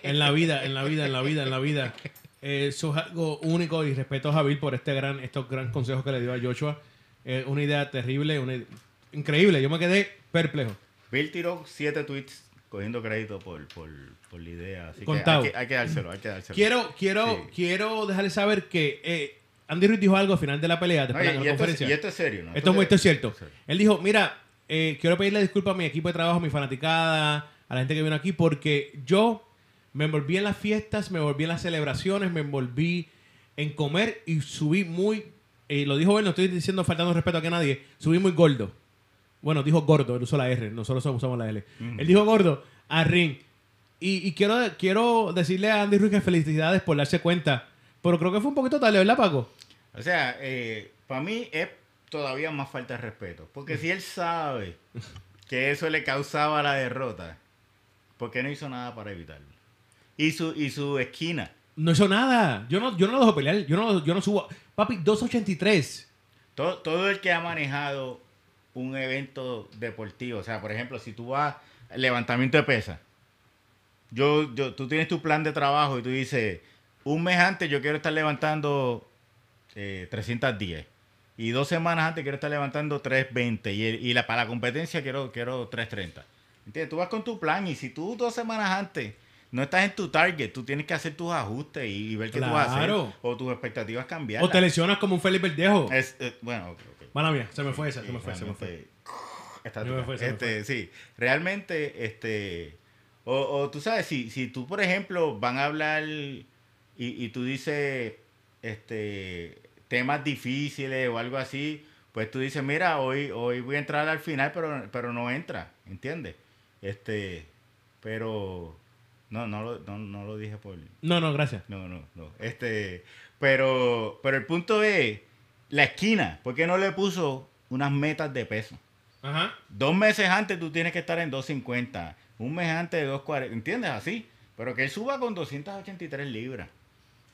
S2: En la vida, en la vida, en la vida, en la vida. Eh, Eso es algo único y respeto a Javier por este gran, estos gran consejos que le dio a Joshua. Eh, una idea terrible, una ide- increíble. Yo me quedé perplejo.
S1: Bill tiró siete tweets cogiendo crédito por, por, por la idea. Así que
S2: Contado.
S1: hay, que hay que dárselo, hay que dárselo.
S2: Quiero, quiero,
S1: Sí.
S2: quiero dejarles saber que eh, Andy Ruiz dijo algo al final de la pelea,
S1: No,
S2: después de
S1: y, y
S2: la
S1: esto, es-
S2: conferencia.
S1: y esto es serio, ¿no?
S2: Esto es muy esto es cierto.
S1: esto es serio.
S2: Él dijo, mira, eh, quiero pedirle disculpas a mi equipo de trabajo, a mi fanaticada, a la gente que vino aquí, porque yo me envolví en las fiestas, me envolví en las celebraciones, me envolví en comer y subí muy, eh, lo dijo él, no estoy diciendo faltando respeto aquí a nadie, subí muy gordo. Bueno, dijo gordo, él usó la R, nosotros usamos la L. Él dijo gordo a Ring. Y, y quiero, quiero decirle a Andy Ruiz que felicidades por darse cuenta. Pero creo que fue un poquito tarde, ¿verdad, Paco?
S1: O sea, eh, para mí es todavía más falta de respeto. Porque si él sabe que eso le causaba la derrota, ¿por qué no hizo nada para evitarlo? Y su, y su esquina.
S2: No hizo nada. Yo no, yo no lo dejo pelear. Yo no, yo no subo. Papi, 283.
S1: Todo, todo el que ha manejado un evento deportivo, o sea, por ejemplo, si tú vas al levantamiento de pesas, yo, yo, tú tienes tu plan de trabajo y tú dices, un mes antes yo quiero estar levantando eh, 310 y dos semanas antes quiero estar levantando 320 y, el- y la, para la competencia quiero, quiero 330. ¿Entiendes? Tú vas con tu plan y si tú dos semanas antes no estás en tu target, tú tienes que hacer tus ajustes y, y ver qué tú vas a hacer
S2: Claro.
S1: o tus expectativas cambiar.
S2: O te lesionas como un Felipe Verdejo.
S1: Es- eh, bueno, ok, ok.
S2: Mala mía, se me fue esa, se
S1: Sí,
S2: me fue, se me fue.
S1: realmente, está
S2: Se
S1: dura.
S2: me fue, se me
S1: Este, Sí, realmente, este, o, o tú sabes, si, si tú, por ejemplo, van a hablar y, y tú dices, este, temas difíciles o algo así, pues tú dices, mira, hoy, hoy voy a entrar al final, pero, pero no entra, ¿entiendes? Este, pero, no, no lo, no, no lo dije por...
S2: No, no, gracias.
S1: No, no, no. Este, pero, pero el punto es la esquina. ¿Por qué no le puso unas metas de peso.
S2: Ajá.
S1: Dos meses antes tú tienes que estar en 250. Un mes antes de 240. ¿Entiendes? Así. Pero que él suba con 283 libras.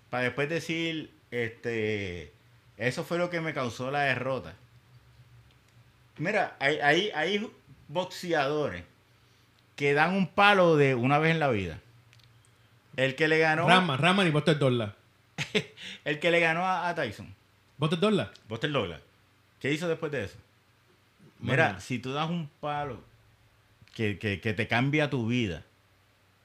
S1: Para después decir, este, eso fue lo que me causó la derrota. Mira, hay, hay, hay boxeadores que dan un palo de una vez en la vida. El que le ganó,
S2: Rama, Raman y Buster Dolla.
S1: el que le ganó a, a Tyson,
S2: ¿Buster Dolla?
S1: Buster Douglas. ¿Qué hizo después de eso? Mira,
S2: Bueno.
S1: si tú das un palo que, que- que te cambia tu vida,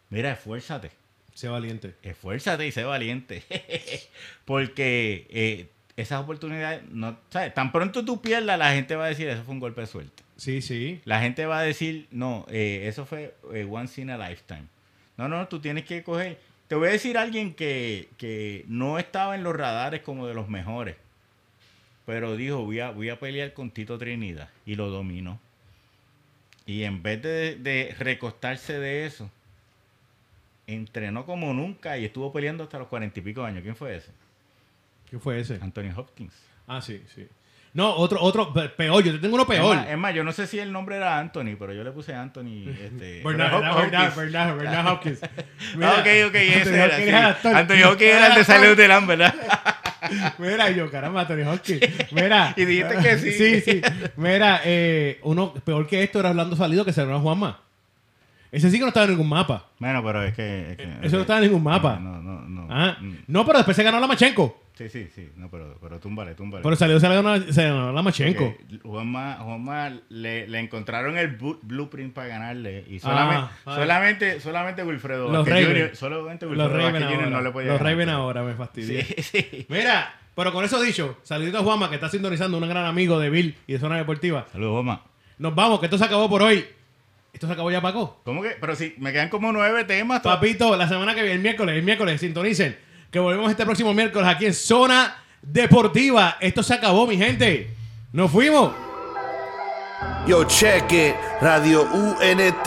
S1: mira, esfuérzate.
S2: Sea valiente.
S1: Esfuérzate y sé valiente. Porque eh, esas oportunidades, no, ¿sabes? tan pronto tú pierdas, la gente va a decir, eso fue un golpe de suerte.
S2: Sí, sí.
S1: La gente va a decir, no, eh, eso fue eh, once in a lifetime. No, no, tú tienes que coger. Te voy a decir a alguien que, que no estaba en los radares como de los mejores, pero dijo, voy a, voy a pelear con Tito Trinidad y lo dominó. Y en vez de, de recostarse de eso, entrenó como nunca y estuvo peleando hasta los cuarenta y pico años. ¿Quién fue ese?
S2: ¿Qué fue ese?
S1: Anthony Hopkins.
S2: Ah, sí, sí. No, otro, otro, pe- peor. Yo te tengo uno peor.
S1: Es más, es más, yo no sé si el nombre era Anthony, pero yo le puse Anthony. Este,
S2: Bernard,
S1: Hop- Hopkins.
S2: Bernard, Bernard, Bernard, Bernard Hopkins.
S1: Ah, ok, ok, ese era.
S2: Anthony Hopkins era
S1: sí.
S2: actor.
S1: Anthony Hopkins era el de Salud de Lam, ¿verdad?
S2: Mira, y yo, caramba, Anthony Hopkins. Mira.
S1: Y dijiste que sí.
S2: Sí, sí. Mira, eh, uno peor que esto era Orlando Salido que se llamaba Juanma. Ese sí que no estaba en ningún mapa.
S1: Bueno, pero es que. es que-
S2: Eso no estaba en ningún mapa.
S1: No, no, no.
S2: Ah,
S1: Mm.
S2: no, pero después se ganó la Machenko.
S1: Sí, sí, sí. No, pero, pero túmbale, túmbale.
S2: Pero salió, se la ganó, se ganó la Machenko.
S1: Porque Juanma, Juanma le, le encontraron el bu- blueprint para ganarle. Y solamente,
S2: Ah, ah.
S1: solamente, solamente Wilfredo
S2: Los
S1: Vázquez
S2: Raven.
S1: Jr., solamente
S2: Los
S1: Wilfredo
S2: Raven
S1: Vázquez Jr.
S2: ahora.
S1: no le podía
S2: los
S1: ganar.
S2: Raven ahora me fastidió.
S1: Sí, sí.
S2: Mira, pero con eso dicho, saludito a Juanma que está sintonizando, un gran amigo de Bill y de Zona Deportiva.
S1: Saludos, Juanma.
S2: Nos vamos, que esto se acabó por hoy. Esto se acabó ya, Paco.
S1: ¿Cómo que? Pero si me quedan como nueve temas. to-
S2: Papito, la semana que viene, el miércoles, el miércoles, sintonicen. Que volvemos este próximo miércoles aquí en Zona Deportiva. Esto se acabó, mi gente. Nos fuimos.
S3: Yo check it, Radio UNT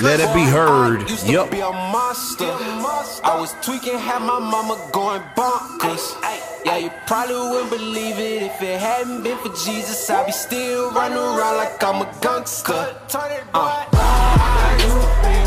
S3: let it be heard.
S4: Used to
S3: Yup.
S4: be a monster. I was tweaking, had my mama going bonkers. Yeah, you probably wouldn't believe it if it hadn't been for Jesus. I'd be still running around like I'm a gangster. Uh.